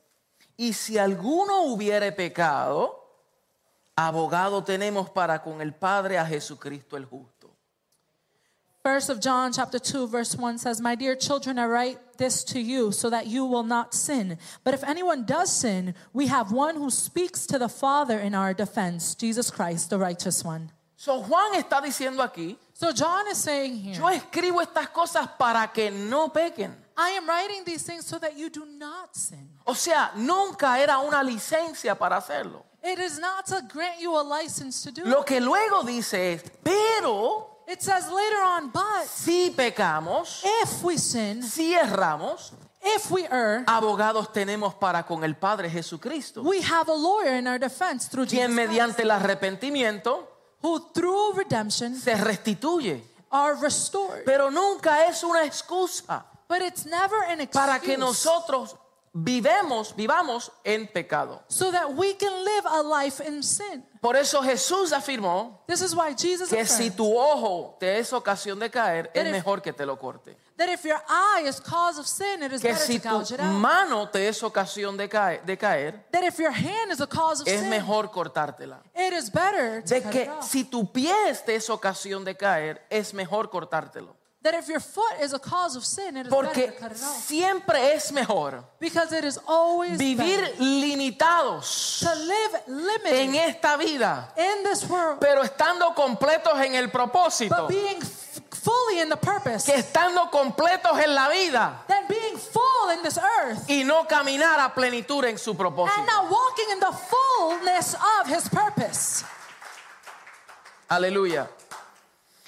[SPEAKER 1] Y si alguno hubiere pecado, abogado tenemos para con el Padre a Jesucristo el justo.
[SPEAKER 2] First of John chapter 2 verse 1 says, "My dear children, I write this to you so that you will not sin. But if anyone does sin, we have one who speaks to the Father in our defense, Jesus Christ, the righteous one."
[SPEAKER 1] So Juan está diciendo aquí,
[SPEAKER 2] So John is saying
[SPEAKER 1] yo
[SPEAKER 2] here,
[SPEAKER 1] escribo estas cosas para que no pequen.
[SPEAKER 2] I am writing these things so that you do not sin.
[SPEAKER 1] O sea, nunca era una licencia para hacerlo.
[SPEAKER 2] It is not to grant you a license to do
[SPEAKER 1] Lo que luego dice es, pero
[SPEAKER 2] it. It says later on, but
[SPEAKER 1] si pecamos,
[SPEAKER 2] if we sin,
[SPEAKER 1] si erramos,
[SPEAKER 2] if we err,
[SPEAKER 1] abogados tenemos para con el Padre Jesucristo,
[SPEAKER 2] we have a lawyer in our defense through Jesus
[SPEAKER 1] quien
[SPEAKER 2] Christ,
[SPEAKER 1] mediante el arrepentimiento
[SPEAKER 2] who through redemption
[SPEAKER 1] se restituye.
[SPEAKER 2] are restored.
[SPEAKER 1] Pero nunca es una excusa
[SPEAKER 2] But it's never an excuse
[SPEAKER 1] para que nosotros vivemos, vivamos en pecado.
[SPEAKER 2] so that we can live a life in sin.
[SPEAKER 1] Por eso Jesús afirmó
[SPEAKER 2] This is why Jesus
[SPEAKER 1] que
[SPEAKER 2] affirmed
[SPEAKER 1] si tu ojo te es ocasión de caer,
[SPEAKER 2] That
[SPEAKER 1] es
[SPEAKER 2] if-
[SPEAKER 1] mejor que te lo corte.
[SPEAKER 2] that if your eye is cause of sin, it is
[SPEAKER 1] Que
[SPEAKER 2] better
[SPEAKER 1] si
[SPEAKER 2] to gouge
[SPEAKER 1] tu
[SPEAKER 2] it out.
[SPEAKER 1] mano te es ocasión de caer, de caer,
[SPEAKER 2] That if your hand is a cause of
[SPEAKER 1] es
[SPEAKER 2] sin,
[SPEAKER 1] mejor cortártela.
[SPEAKER 2] it is better to
[SPEAKER 1] De
[SPEAKER 2] cut it
[SPEAKER 1] que
[SPEAKER 2] off.
[SPEAKER 1] si tu pie te es ocasión de caer, es mejor cortártelo.
[SPEAKER 2] That if your foot is a cause of sin, it is better
[SPEAKER 1] Porque
[SPEAKER 2] to cut it off.
[SPEAKER 1] siempre es mejor
[SPEAKER 2] Because it is always better
[SPEAKER 1] vivir limitados
[SPEAKER 2] to live
[SPEAKER 1] en
[SPEAKER 2] limited
[SPEAKER 1] esta vida,
[SPEAKER 2] in this world,
[SPEAKER 1] pero estando completos en el propósito,
[SPEAKER 2] but being f- fully in the purpose,
[SPEAKER 1] que estando completos en la vida
[SPEAKER 2] than being full in this earth
[SPEAKER 1] y no caminar a plenitud en su
[SPEAKER 2] and
[SPEAKER 1] propósito.
[SPEAKER 2] not walking in the fullness of His purpose.
[SPEAKER 1] Aleluya.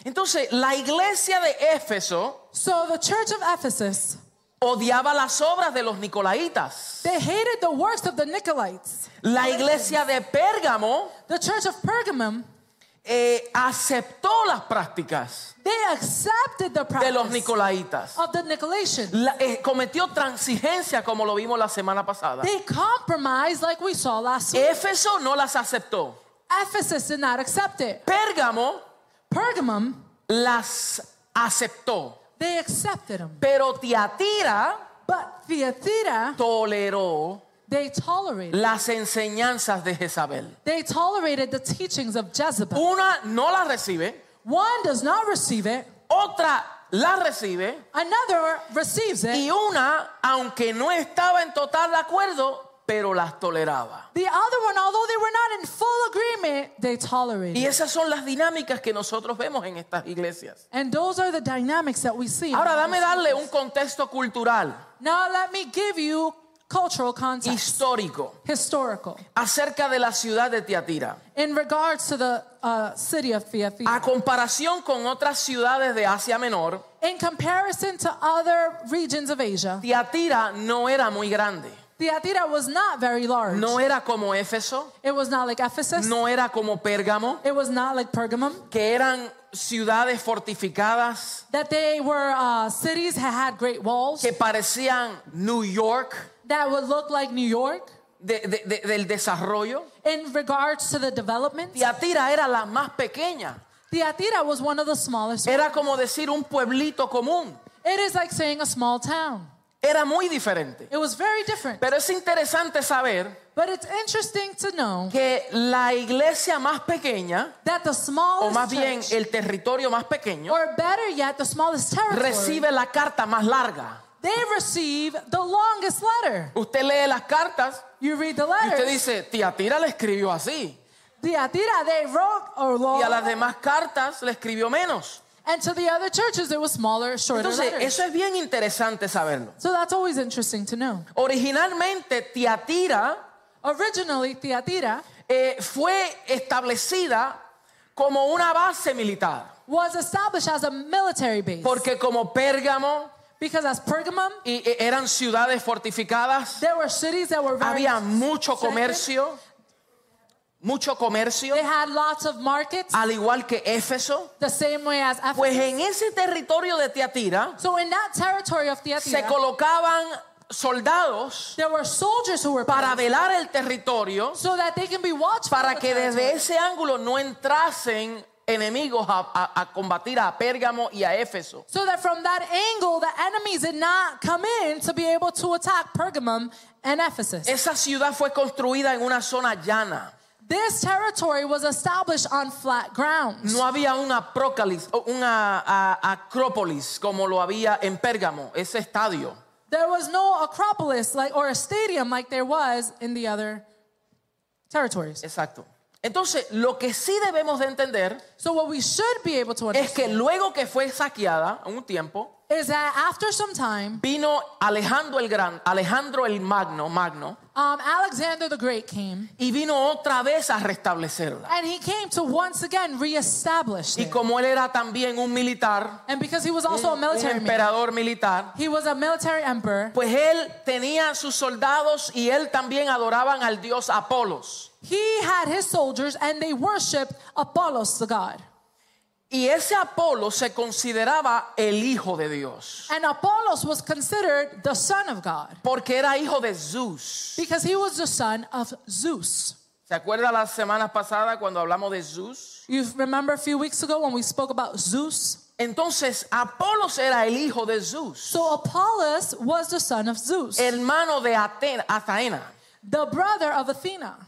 [SPEAKER 1] Entonces, la iglesia de Éfeso
[SPEAKER 2] So the church of Ephesus,
[SPEAKER 1] odiaba las obras de los nicolaitas.
[SPEAKER 2] they hated the works of the Nicolaites.
[SPEAKER 1] La iglesia de Pérgamo
[SPEAKER 2] The church of Pergamum,
[SPEAKER 1] eh, aceptó las prácticas
[SPEAKER 2] they accepted the
[SPEAKER 1] de los
[SPEAKER 2] practice
[SPEAKER 1] nicolaitas.
[SPEAKER 2] of the Nicolaitan.
[SPEAKER 1] La- eh, cometió transigencia como lo vimos la semana pasada.
[SPEAKER 2] They compromised like we saw last week.
[SPEAKER 1] Éfeso no las aceptó.
[SPEAKER 2] Ephesus did not accept it.
[SPEAKER 1] Pérgamo
[SPEAKER 2] Pergamum,
[SPEAKER 1] las aceptó,
[SPEAKER 2] they accepted them.
[SPEAKER 1] pero Tiatira
[SPEAKER 2] But Theatira,
[SPEAKER 1] toleró
[SPEAKER 2] they tolerated.
[SPEAKER 1] las enseñanzas de Jezabel.
[SPEAKER 2] They tolerated the teachings of Jezebel.
[SPEAKER 1] Una no la recibe,
[SPEAKER 2] One does not receive it,
[SPEAKER 1] otra la recibe
[SPEAKER 2] another receives it.
[SPEAKER 1] y una, aunque no estaba en total acuerdo, pero las toleraba.
[SPEAKER 2] The other one, although they were not in full agreement, they tolerated.
[SPEAKER 1] Y esas son las dinámicas que nosotros vemos en estas iglesias.
[SPEAKER 2] And those are the dynamics that we see.
[SPEAKER 1] Ahora dame darle un contexto cultural,
[SPEAKER 2] Now let me give you cultural context,
[SPEAKER 1] histórico,
[SPEAKER 2] historical,
[SPEAKER 1] acerca de la ciudad de Tiatira.
[SPEAKER 2] in regards to the uh, city of Theatira.
[SPEAKER 1] A comparación con otras ciudades de Asia Menor,
[SPEAKER 2] In comparison to other regions of Asia,
[SPEAKER 1] Tiatira no era muy grande.
[SPEAKER 2] Theatira was not very large.
[SPEAKER 1] No era como Éfeso,
[SPEAKER 2] It was not like Ephesus.
[SPEAKER 1] no era como Pérgamo,
[SPEAKER 2] It was not like Pergamum.
[SPEAKER 1] que eran ciudades fortificadas
[SPEAKER 2] That they were uh, cities that had great walls
[SPEAKER 1] que parecían New York
[SPEAKER 2] that would look like New York
[SPEAKER 1] de- de- de- del desarrollo.
[SPEAKER 2] in regards to the development.
[SPEAKER 1] Tiatira era la más pequeña.
[SPEAKER 2] Theatira was one of the smallest.
[SPEAKER 1] Era como decir un pueblito común.
[SPEAKER 2] It is like saying a small town.
[SPEAKER 1] Era muy diferente.
[SPEAKER 2] It was very different.
[SPEAKER 1] Pero es interesante saber
[SPEAKER 2] But it's interesting to know
[SPEAKER 1] que la iglesia más pequeña,
[SPEAKER 2] that the
[SPEAKER 1] o más
[SPEAKER 2] smallest
[SPEAKER 1] bien
[SPEAKER 2] church,
[SPEAKER 1] el territorio más pequeño,
[SPEAKER 2] or better yet, the smallest territory,
[SPEAKER 1] recibe la carta más larga.
[SPEAKER 2] they receive the longest letter.
[SPEAKER 1] Usted lee las cartas
[SPEAKER 2] You read the
[SPEAKER 1] y usted
[SPEAKER 2] letter.
[SPEAKER 1] dice, Tiatira le escribió así.
[SPEAKER 2] Theatira, they wrote a
[SPEAKER 1] Y a las
[SPEAKER 2] long,
[SPEAKER 1] demás cartas le escribió menos.
[SPEAKER 2] and to the other churches, it was smaller, shorter
[SPEAKER 1] Entonces,
[SPEAKER 2] letters.
[SPEAKER 1] eso es bien interesante saberlo.
[SPEAKER 2] So that's always interesting to know.
[SPEAKER 1] Originalmente, Tiatira
[SPEAKER 2] Originally, Theatira
[SPEAKER 1] eh, fue establecida como una base militar.
[SPEAKER 2] was established as a military base.
[SPEAKER 1] Porque como Pérgamo
[SPEAKER 2] Because as Pergamum,
[SPEAKER 1] y e- eran ciudades fortificadas,
[SPEAKER 2] there were cities that were very.
[SPEAKER 1] había mucho
[SPEAKER 2] Second.
[SPEAKER 1] comercio, mucho comercio,
[SPEAKER 2] They had lots of markets,
[SPEAKER 1] al igual que Éfeso.
[SPEAKER 2] the same way as Ephesus.
[SPEAKER 1] Ah, Pues eh, en ese territorio de Teatira
[SPEAKER 2] so in that territory of
[SPEAKER 1] se
[SPEAKER 2] Theatira,
[SPEAKER 1] colocaban soldados
[SPEAKER 2] there were soldiers who were
[SPEAKER 1] para
[SPEAKER 2] placed
[SPEAKER 1] velar el territorio,
[SPEAKER 2] so that they can be watched
[SPEAKER 1] para que desde ese ángulo no entrasen enemigos a, a- a combatir a Pérgamo y a Éfeso.
[SPEAKER 2] so that from that angle, the enemies did not come in to be able to attack Pergamum and Ephesus.
[SPEAKER 1] Esa ciudad fue construida en una zona llana.
[SPEAKER 2] this territory was established on flat ground.
[SPEAKER 1] No había una, prócalis- o una a- acrópolis como lo había en Pérgamo, ese estadio.
[SPEAKER 2] There was no Acropolis like or a stadium like there was in the other territories.
[SPEAKER 1] Exacto. Entonces, lo que sí debemos de entender
[SPEAKER 2] So what we should be able to
[SPEAKER 1] es
[SPEAKER 2] understand
[SPEAKER 1] que luego que fue saqueada un tiempo,
[SPEAKER 2] is that after some time,
[SPEAKER 1] vino Alejandro el Gran, Alejandro el Magno, Magno,
[SPEAKER 2] um, Alexander the Great came,
[SPEAKER 1] y vino otra vez a restablecerla.
[SPEAKER 2] and he came to once again reestablish
[SPEAKER 1] Y
[SPEAKER 2] it.
[SPEAKER 1] como él era también un militar,
[SPEAKER 2] And because he was also a
[SPEAKER 1] un, un
[SPEAKER 2] military man,
[SPEAKER 1] emperador militar,
[SPEAKER 2] he was a military emperor.
[SPEAKER 1] pues él tenía sus soldados y él también adoraban al dios Apolos.
[SPEAKER 2] He had his soldiers, and they worshipped Apollos, the god.
[SPEAKER 1] Y ese Apolo se consideraba el hijo de Dios,
[SPEAKER 2] And Apollos was considered the son of God
[SPEAKER 1] porque era hijo de Zeus.
[SPEAKER 2] because he was the son of Zeus.
[SPEAKER 1] ¿Se acuerda las semanas pasadas cuando hablamos de Zeus?
[SPEAKER 2] You remember a few weeks ago when we spoke about Zeus?
[SPEAKER 1] Entonces, Apolos era el hijo de Zeus,
[SPEAKER 2] So Apollos was the son of Zeus,
[SPEAKER 1] hermano de Atena, Ataena.
[SPEAKER 2] the brother of Athena.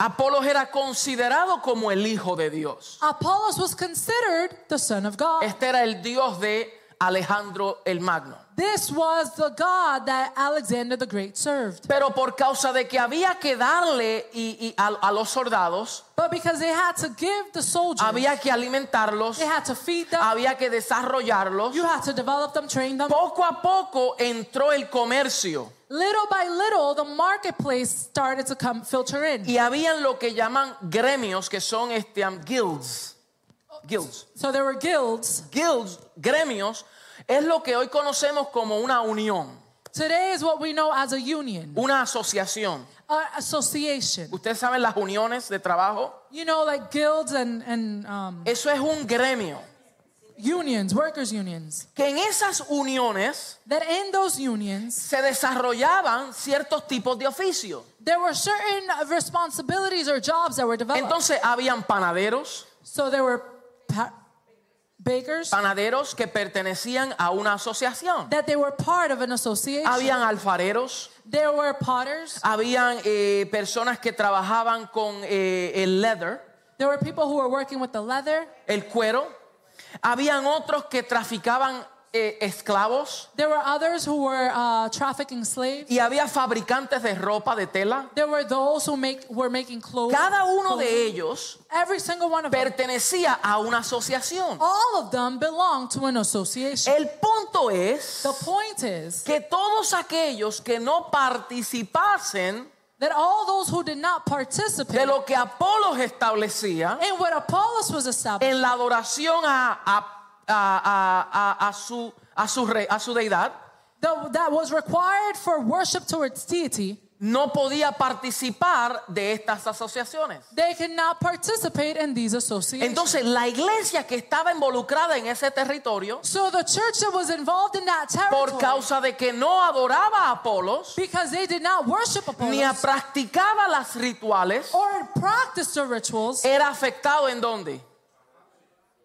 [SPEAKER 1] Apolos era considerado como el hijo de Dios.
[SPEAKER 2] Apollos was considered the son of God.
[SPEAKER 1] Este era el dios de Alejandro el Magno.
[SPEAKER 2] This was the God that Alexander the Great served.
[SPEAKER 1] Pero por causa de que había que darle y- y a, a los soldados,
[SPEAKER 2] But because they had to give the soldiers,
[SPEAKER 1] había que alimentarlos,
[SPEAKER 2] they had to feed them,
[SPEAKER 1] había que desarrollarlos.
[SPEAKER 2] you had to develop them, train them.
[SPEAKER 1] Poco a poco entró el comercio
[SPEAKER 2] Little by little, the marketplace started to come filter in.
[SPEAKER 1] y habían lo que llaman gremios, que son este, um, guilds. Guilds.
[SPEAKER 2] So there were guilds.
[SPEAKER 1] Guilds, gremios, es lo que hoy conocemos como una unión,
[SPEAKER 2] Today is what we know as a union,
[SPEAKER 1] una asociación.
[SPEAKER 2] an association.
[SPEAKER 1] Ustedes saben las uniones de trabajo.
[SPEAKER 2] You know, like guilds and, and um,
[SPEAKER 1] Eso es un gremio.
[SPEAKER 2] unions, workers' unions.
[SPEAKER 1] Que en esas uniones
[SPEAKER 2] That in those unions,
[SPEAKER 1] se desarrollaban ciertos tipos de oficios.
[SPEAKER 2] there were certain responsibilities or jobs that were developed.
[SPEAKER 1] Entonces habían panaderos,
[SPEAKER 2] so there were pa- bakers,
[SPEAKER 1] panaderos que pertenecían a una asociación.
[SPEAKER 2] that they were part of an association.
[SPEAKER 1] Habían alfareros,
[SPEAKER 2] there were potters.
[SPEAKER 1] habían eh, personas que trabajaban con eh, el leather,
[SPEAKER 2] There were people who were working with the leather.
[SPEAKER 1] el cuero. Habían otros que traficaban eh, esclavos
[SPEAKER 2] There were others who were uh, trafficking slaves.
[SPEAKER 1] y había fabricantes de ropa de tela.
[SPEAKER 2] There were those who make were making clothes.
[SPEAKER 1] Cada uno de ellos
[SPEAKER 2] Every single one of them.
[SPEAKER 1] pertenecía a una asociación.
[SPEAKER 2] All of them belong to an association.
[SPEAKER 1] El punto es
[SPEAKER 2] the point is
[SPEAKER 1] que todos aquellos que no participasen
[SPEAKER 2] that all those who did not participate
[SPEAKER 1] de lo que Apolos establecía
[SPEAKER 2] in what Apollos was established.
[SPEAKER 1] en la adoración a, a- a- a- a- a su, a, su re- a su deidad,
[SPEAKER 2] the, that was required for worship towards deity,
[SPEAKER 1] no podía participar de estas asociaciones.
[SPEAKER 2] they cannot participate in these associations.
[SPEAKER 1] Entonces, la iglesia que estaba involucrada en ese territorio,
[SPEAKER 2] so the church that was involved in that territory,
[SPEAKER 1] por causa de que no adoraba a Apolos,
[SPEAKER 2] because they did not worship Apollos
[SPEAKER 1] ni a- practicaba las rituales,
[SPEAKER 2] or practice their rituals,
[SPEAKER 1] era afectado en dónde?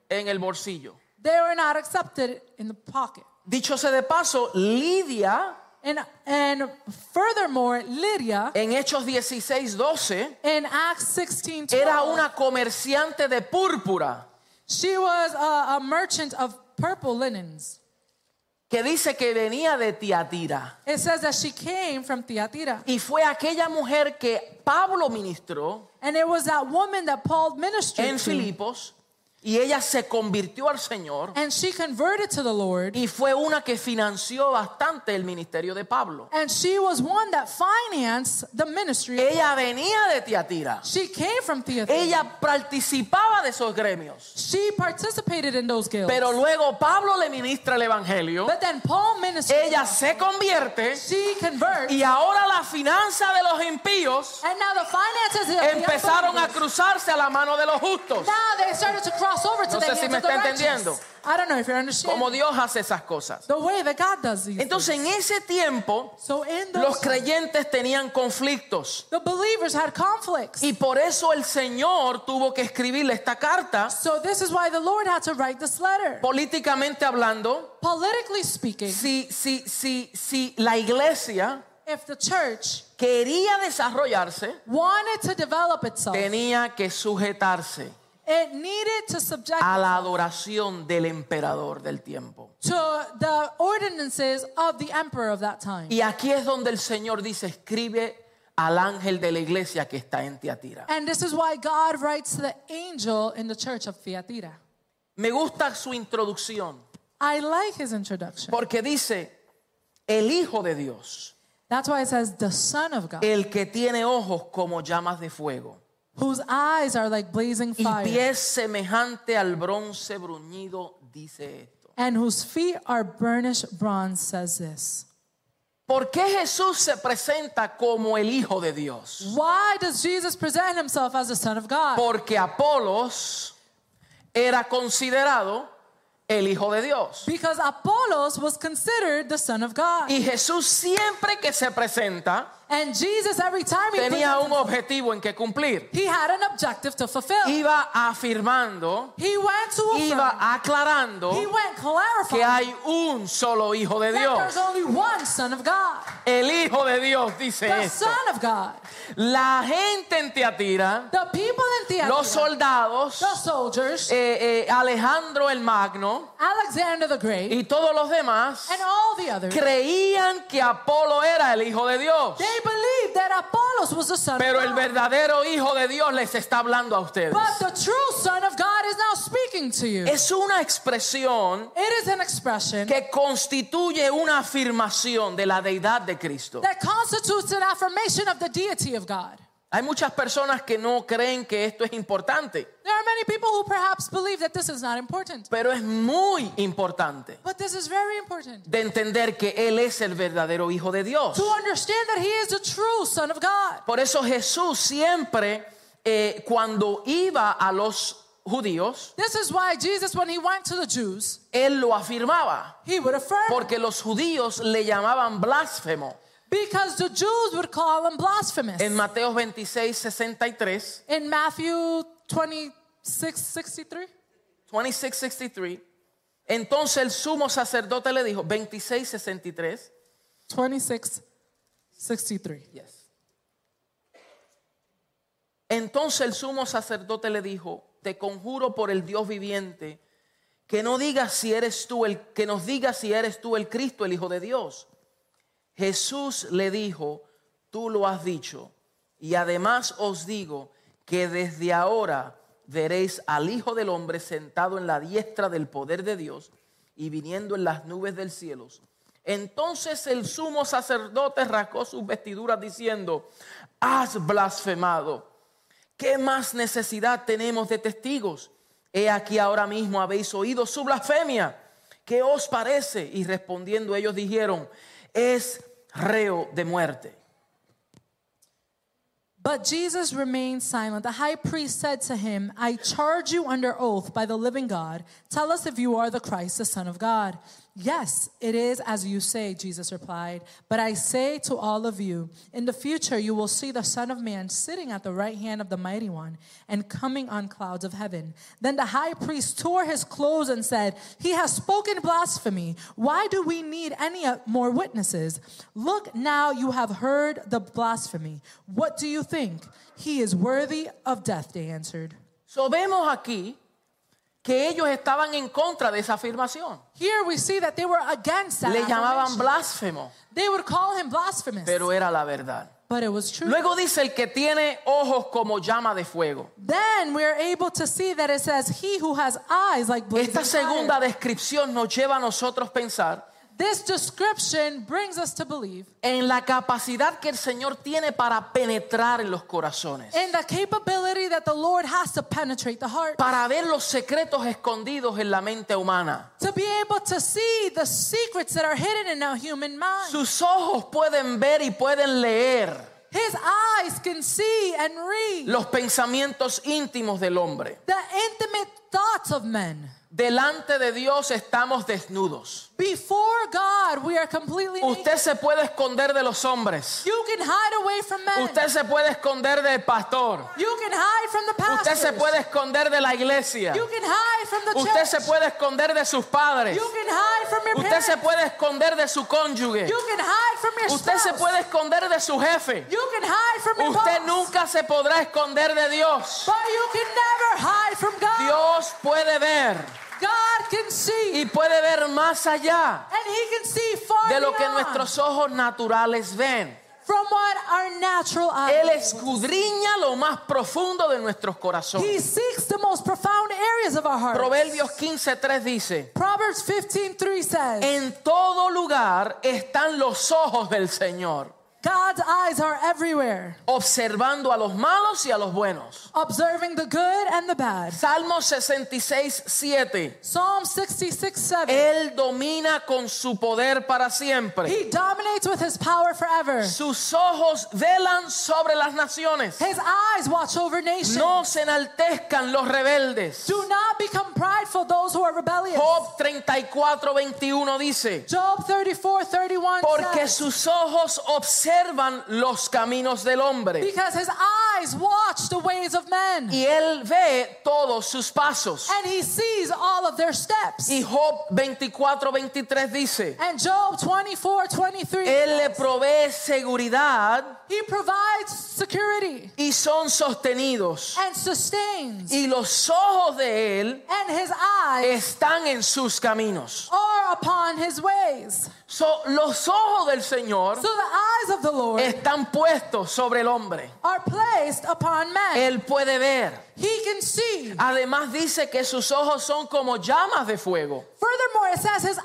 [SPEAKER 1] En el bolsillo.
[SPEAKER 2] they were not accepted in the pocket.
[SPEAKER 1] Dicho sea de paso, Lidia
[SPEAKER 2] And, and furthermore, Lydia
[SPEAKER 1] en Hechos 16, 12
[SPEAKER 2] in Acts 16
[SPEAKER 1] era una comerciante de púrpura
[SPEAKER 2] she was a, a merchant of purple linens.
[SPEAKER 1] que dice que venía de Tiatira.
[SPEAKER 2] It says that she came from Thyatira.
[SPEAKER 1] Y fue aquella mujer que Pablo ministró
[SPEAKER 2] And it was that woman that Paul ministered
[SPEAKER 1] en
[SPEAKER 2] to
[SPEAKER 1] Filipos Y ella se convirtió al Señor
[SPEAKER 2] And she converted to the Lord.
[SPEAKER 1] y fue una que financió bastante el ministerio de Pablo.
[SPEAKER 2] And she was one that financed the ministry.
[SPEAKER 1] Ella venía de Tiatira.
[SPEAKER 2] She came from Theatira.
[SPEAKER 1] Ella participaba de esos gremios.
[SPEAKER 2] She participated in those guilds.
[SPEAKER 1] Pero luego Pablo le ministra el evangelio.
[SPEAKER 2] but then Paul ministered.
[SPEAKER 1] Ella se convierte
[SPEAKER 2] she converts.
[SPEAKER 1] y ahora la finanza de los impíos
[SPEAKER 2] and now the finances of the
[SPEAKER 1] empezaron a
[SPEAKER 2] unbelievers,
[SPEAKER 1] cruzarse a la mano de los justos.
[SPEAKER 2] Now they started to cross over
[SPEAKER 1] No
[SPEAKER 2] to the
[SPEAKER 1] sé si
[SPEAKER 2] hands
[SPEAKER 1] me
[SPEAKER 2] of the
[SPEAKER 1] está
[SPEAKER 2] righteous.
[SPEAKER 1] entendiendo.
[SPEAKER 2] I don't know if you're understanding.
[SPEAKER 1] Como Dios hace esas cosas.
[SPEAKER 2] the way that God does these. things.
[SPEAKER 1] Entonces en ese tiempo
[SPEAKER 2] so in
[SPEAKER 1] los
[SPEAKER 2] those
[SPEAKER 1] creyentes tenían conflictos
[SPEAKER 2] the believers had conflicts.
[SPEAKER 1] y por eso el Señor tuvo que escribirle esta carta,
[SPEAKER 2] so this is why the Lord had to write this letter.
[SPEAKER 1] políticamente hablando.
[SPEAKER 2] Politically speaking,
[SPEAKER 1] Si, si, si, si la iglesia
[SPEAKER 2] if the church
[SPEAKER 1] quería desarrollarse,
[SPEAKER 2] wanted to develop itself,
[SPEAKER 1] tenía que sujetarse
[SPEAKER 2] it needed to subject
[SPEAKER 1] a la adoración del emperador del tiempo.
[SPEAKER 2] to the ordinances of the emperor of that time.
[SPEAKER 1] Y aquí es donde el Señor dice, escribe al ángel de la iglesia que está en Tiatira.
[SPEAKER 2] And this is why God writes to the angel in the church of Thyatira.
[SPEAKER 1] Me gusta su introducción
[SPEAKER 2] I like his introduction.
[SPEAKER 1] porque dice, el Hijo de Dios,
[SPEAKER 2] That's why it says the Son of God,
[SPEAKER 1] el que tiene ojos como llamas de fuego
[SPEAKER 2] whose eyes are like blazing
[SPEAKER 1] y
[SPEAKER 2] fire,
[SPEAKER 1] pies semejante al bronce bruñido, dice esto.
[SPEAKER 2] and whose feet are burnished bronze, says this.
[SPEAKER 1] ¿Por qué Jesús se presenta como el Hijo de Dios?
[SPEAKER 2] Why does Jesus present himself as the Son of God?
[SPEAKER 1] Porque Apolos era considerado el Hijo de Dios.
[SPEAKER 2] Because Apollos was considered the Son of God.
[SPEAKER 1] Y Jesús siempre que se presenta
[SPEAKER 2] And Jesus, every time he,
[SPEAKER 1] tenía
[SPEAKER 2] presented-
[SPEAKER 1] un objetivo en que cumplir.
[SPEAKER 2] he had an objective to fulfill.
[SPEAKER 1] Iba afirmando,
[SPEAKER 2] He went to affirm,
[SPEAKER 1] iba
[SPEAKER 2] he
[SPEAKER 1] aclarando
[SPEAKER 2] went clarifying
[SPEAKER 1] que hay un solo Hijo de
[SPEAKER 2] that there's
[SPEAKER 1] Dios.
[SPEAKER 2] only one Son of God.
[SPEAKER 1] El Hijo de Dios dice
[SPEAKER 2] The
[SPEAKER 1] esto.
[SPEAKER 2] Son of God.
[SPEAKER 1] La gente en Teatira,
[SPEAKER 2] The people in Theatira,
[SPEAKER 1] los soldados,
[SPEAKER 2] the soldiers,
[SPEAKER 1] eh, eh, Alejandro el Magno
[SPEAKER 2] Alexander the Great,
[SPEAKER 1] y todos los demás
[SPEAKER 2] and all the others,
[SPEAKER 1] creían que Apolo era el Hijo de Dios.
[SPEAKER 2] they believed that Apollos was the son
[SPEAKER 1] Pero
[SPEAKER 2] of
[SPEAKER 1] el
[SPEAKER 2] God.
[SPEAKER 1] verdadero Hijo de Dios les está hablando a ustedes.
[SPEAKER 2] But the true Son of God is now speaking to you.
[SPEAKER 1] Es una expresión
[SPEAKER 2] It is an expression
[SPEAKER 1] que constituye una afirmación de la deidad de Cristo.
[SPEAKER 2] that constitutes an affirmation of the deity of God.
[SPEAKER 1] Hay muchas personas que no creen que esto es importante,
[SPEAKER 2] There are many people who perhaps believe that this is not important,
[SPEAKER 1] pero es muy importante
[SPEAKER 2] but this is very important
[SPEAKER 1] de entender que Él es el verdadero Hijo de Dios.
[SPEAKER 2] to understand that He is the true Son of God.
[SPEAKER 1] Por eso Jesús siempre, eh, cuando iba a los judíos,
[SPEAKER 2] This is why Jesus, when He went to the Jews,
[SPEAKER 1] Él lo afirmaba,
[SPEAKER 2] He would affirm
[SPEAKER 1] porque los judíos le llamaban blasfemo.
[SPEAKER 2] Because the Jews would call him blasphemous.
[SPEAKER 1] En Mateo 26, 63.
[SPEAKER 2] In Matthew 26, 63?
[SPEAKER 1] 2663. Entonces el sumo sacerdote le dijo, 2663.
[SPEAKER 2] 26, 63.
[SPEAKER 1] Yes. Entonces el sumo sacerdote le dijo, te conjuro por el Dios viviente que no digas si eres tú el que nos digas si eres tú el Cristo, el Hijo de Dios. Jesús le dijo, tú lo has dicho. Y además os digo que desde ahora veréis al Hijo del Hombre sentado en la diestra del poder de Dios y viniendo en las nubes del cielo. Entonces el sumo sacerdote rasgó sus vestiduras diciendo, has blasfemado. ¿Qué más necesidad tenemos de testigos? He aquí ahora mismo habéis oído su blasfemia. ¿Qué os parece? Y respondiendo ellos dijeron, es reo de muerte.
[SPEAKER 2] But Jesus remained silent. The high priest said to him, I charge you under oath by the living God. Tell us if you are the Christ, the Son of God. Yes, it is as you say, Jesus replied. But I say to all of you, in the future you will see the Son of Man sitting at the right hand of the Mighty One and coming on clouds of heaven. Then the high priest tore his clothes and said, He has spoken blasphemy. Why do we need any uh, more witnesses? Look, now you have heard the blasphemy. What do you think? He is worthy of death, they answered.
[SPEAKER 1] So vemos aquí que ellos estaban en contra de esa afirmación.
[SPEAKER 2] Here we see that they were against that.
[SPEAKER 1] Le llamaban
[SPEAKER 2] affirmation.
[SPEAKER 1] blasfemo,
[SPEAKER 2] They would call him blasphemous,
[SPEAKER 1] pero era la verdad.
[SPEAKER 2] but it was true.
[SPEAKER 1] Luego dice el que tiene ojos como llama de fuego.
[SPEAKER 2] Then we are able to see that it says, He who has eyes like blazing
[SPEAKER 1] Esta segunda
[SPEAKER 2] fire."
[SPEAKER 1] descripción nos lleva a nosotros pensar
[SPEAKER 2] This description brings us to believe
[SPEAKER 1] en la capacidad que el Señor tiene para penetrar en los corazones,
[SPEAKER 2] in the capability that the Lord has to penetrate the heart,
[SPEAKER 1] para ver los secretos escondidos en la mente humana.
[SPEAKER 2] to be able to see the secrets that are hidden in our human mind.
[SPEAKER 1] Sus ojos pueden ver y pueden leer
[SPEAKER 2] His eyes can see and read
[SPEAKER 1] los pensamientos íntimos del hombre.
[SPEAKER 2] the intimate thoughts of men.
[SPEAKER 1] Delante de Dios estamos desnudos.
[SPEAKER 2] Before God, we are completely naked.
[SPEAKER 1] Usted se puede esconder de los hombres.
[SPEAKER 2] You can hide away from men.
[SPEAKER 1] Usted se puede esconder del pastor.
[SPEAKER 2] you can hide from the
[SPEAKER 1] Usted
[SPEAKER 2] pastors.
[SPEAKER 1] se puede esconder de la iglesia.
[SPEAKER 2] You can hide from the
[SPEAKER 1] Usted
[SPEAKER 2] church.
[SPEAKER 1] se puede esconder de sus padres.
[SPEAKER 2] You can hide from your
[SPEAKER 1] Usted
[SPEAKER 2] parents.
[SPEAKER 1] se puede esconder de su cónyuge.
[SPEAKER 2] You can hide from your
[SPEAKER 1] Usted se
[SPEAKER 2] spouse.
[SPEAKER 1] puede esconder de su jefe.
[SPEAKER 2] You can hide from your
[SPEAKER 1] Usted
[SPEAKER 2] boss.
[SPEAKER 1] nunca se podrá esconder de Dios.
[SPEAKER 2] But you can never hide from God.
[SPEAKER 1] Dios puede ver
[SPEAKER 2] God can see.
[SPEAKER 1] y puede ver más allá
[SPEAKER 2] And he can see far
[SPEAKER 1] de lo que
[SPEAKER 2] beyond
[SPEAKER 1] nuestros ojos naturales ven.
[SPEAKER 2] from what our natural
[SPEAKER 1] Él
[SPEAKER 2] eyes.
[SPEAKER 1] escudriña lo más profundo de nuestros corazones.
[SPEAKER 2] He seeks the most profound areas of our heart.
[SPEAKER 1] Proverbios 15:3 dice,
[SPEAKER 2] Proverbs 15:3 says,
[SPEAKER 1] en todo lugar están los ojos del Señor,
[SPEAKER 2] God's eyes are everywhere,
[SPEAKER 1] observando a los malos y a los buenos.
[SPEAKER 2] observing the good and the bad.
[SPEAKER 1] Salmo 66, 7.
[SPEAKER 2] Psalm 66, 7.
[SPEAKER 1] Él domina con su poder para siempre.
[SPEAKER 2] He dominates with his power forever.
[SPEAKER 1] Sus ojos velan sobre las naciones.
[SPEAKER 2] His eyes watch over nations.
[SPEAKER 1] No se enaltezcan los rebeldes.
[SPEAKER 2] Do not become prideful those who are rebellious.
[SPEAKER 1] Job 34, 21 dice,
[SPEAKER 2] Job 34, 31
[SPEAKER 1] porque
[SPEAKER 2] says,
[SPEAKER 1] sus ojos observan los caminos del hombre
[SPEAKER 2] Because his eyes watch the ways of men,
[SPEAKER 1] y él ve todos sus pasos.
[SPEAKER 2] and he sees all of their steps.
[SPEAKER 1] Y Job 24, 23 dice,
[SPEAKER 2] And Job 24, 23,
[SPEAKER 1] él le provee seguridad
[SPEAKER 2] he provides security
[SPEAKER 1] y son sostenidos.
[SPEAKER 2] and sustains,
[SPEAKER 1] Y los ojos de él
[SPEAKER 2] and his eyes
[SPEAKER 1] están en sus caminos.
[SPEAKER 2] are upon his ways.
[SPEAKER 1] So, los ojos del Señor
[SPEAKER 2] So the eyes of the Lord
[SPEAKER 1] están puestos sobre el hombre.
[SPEAKER 2] are placed upon men.
[SPEAKER 1] Él puede ver.
[SPEAKER 2] He can see.
[SPEAKER 1] Además dice que sus ojos son como llamas de fuego.
[SPEAKER 2] Furthermore, it says his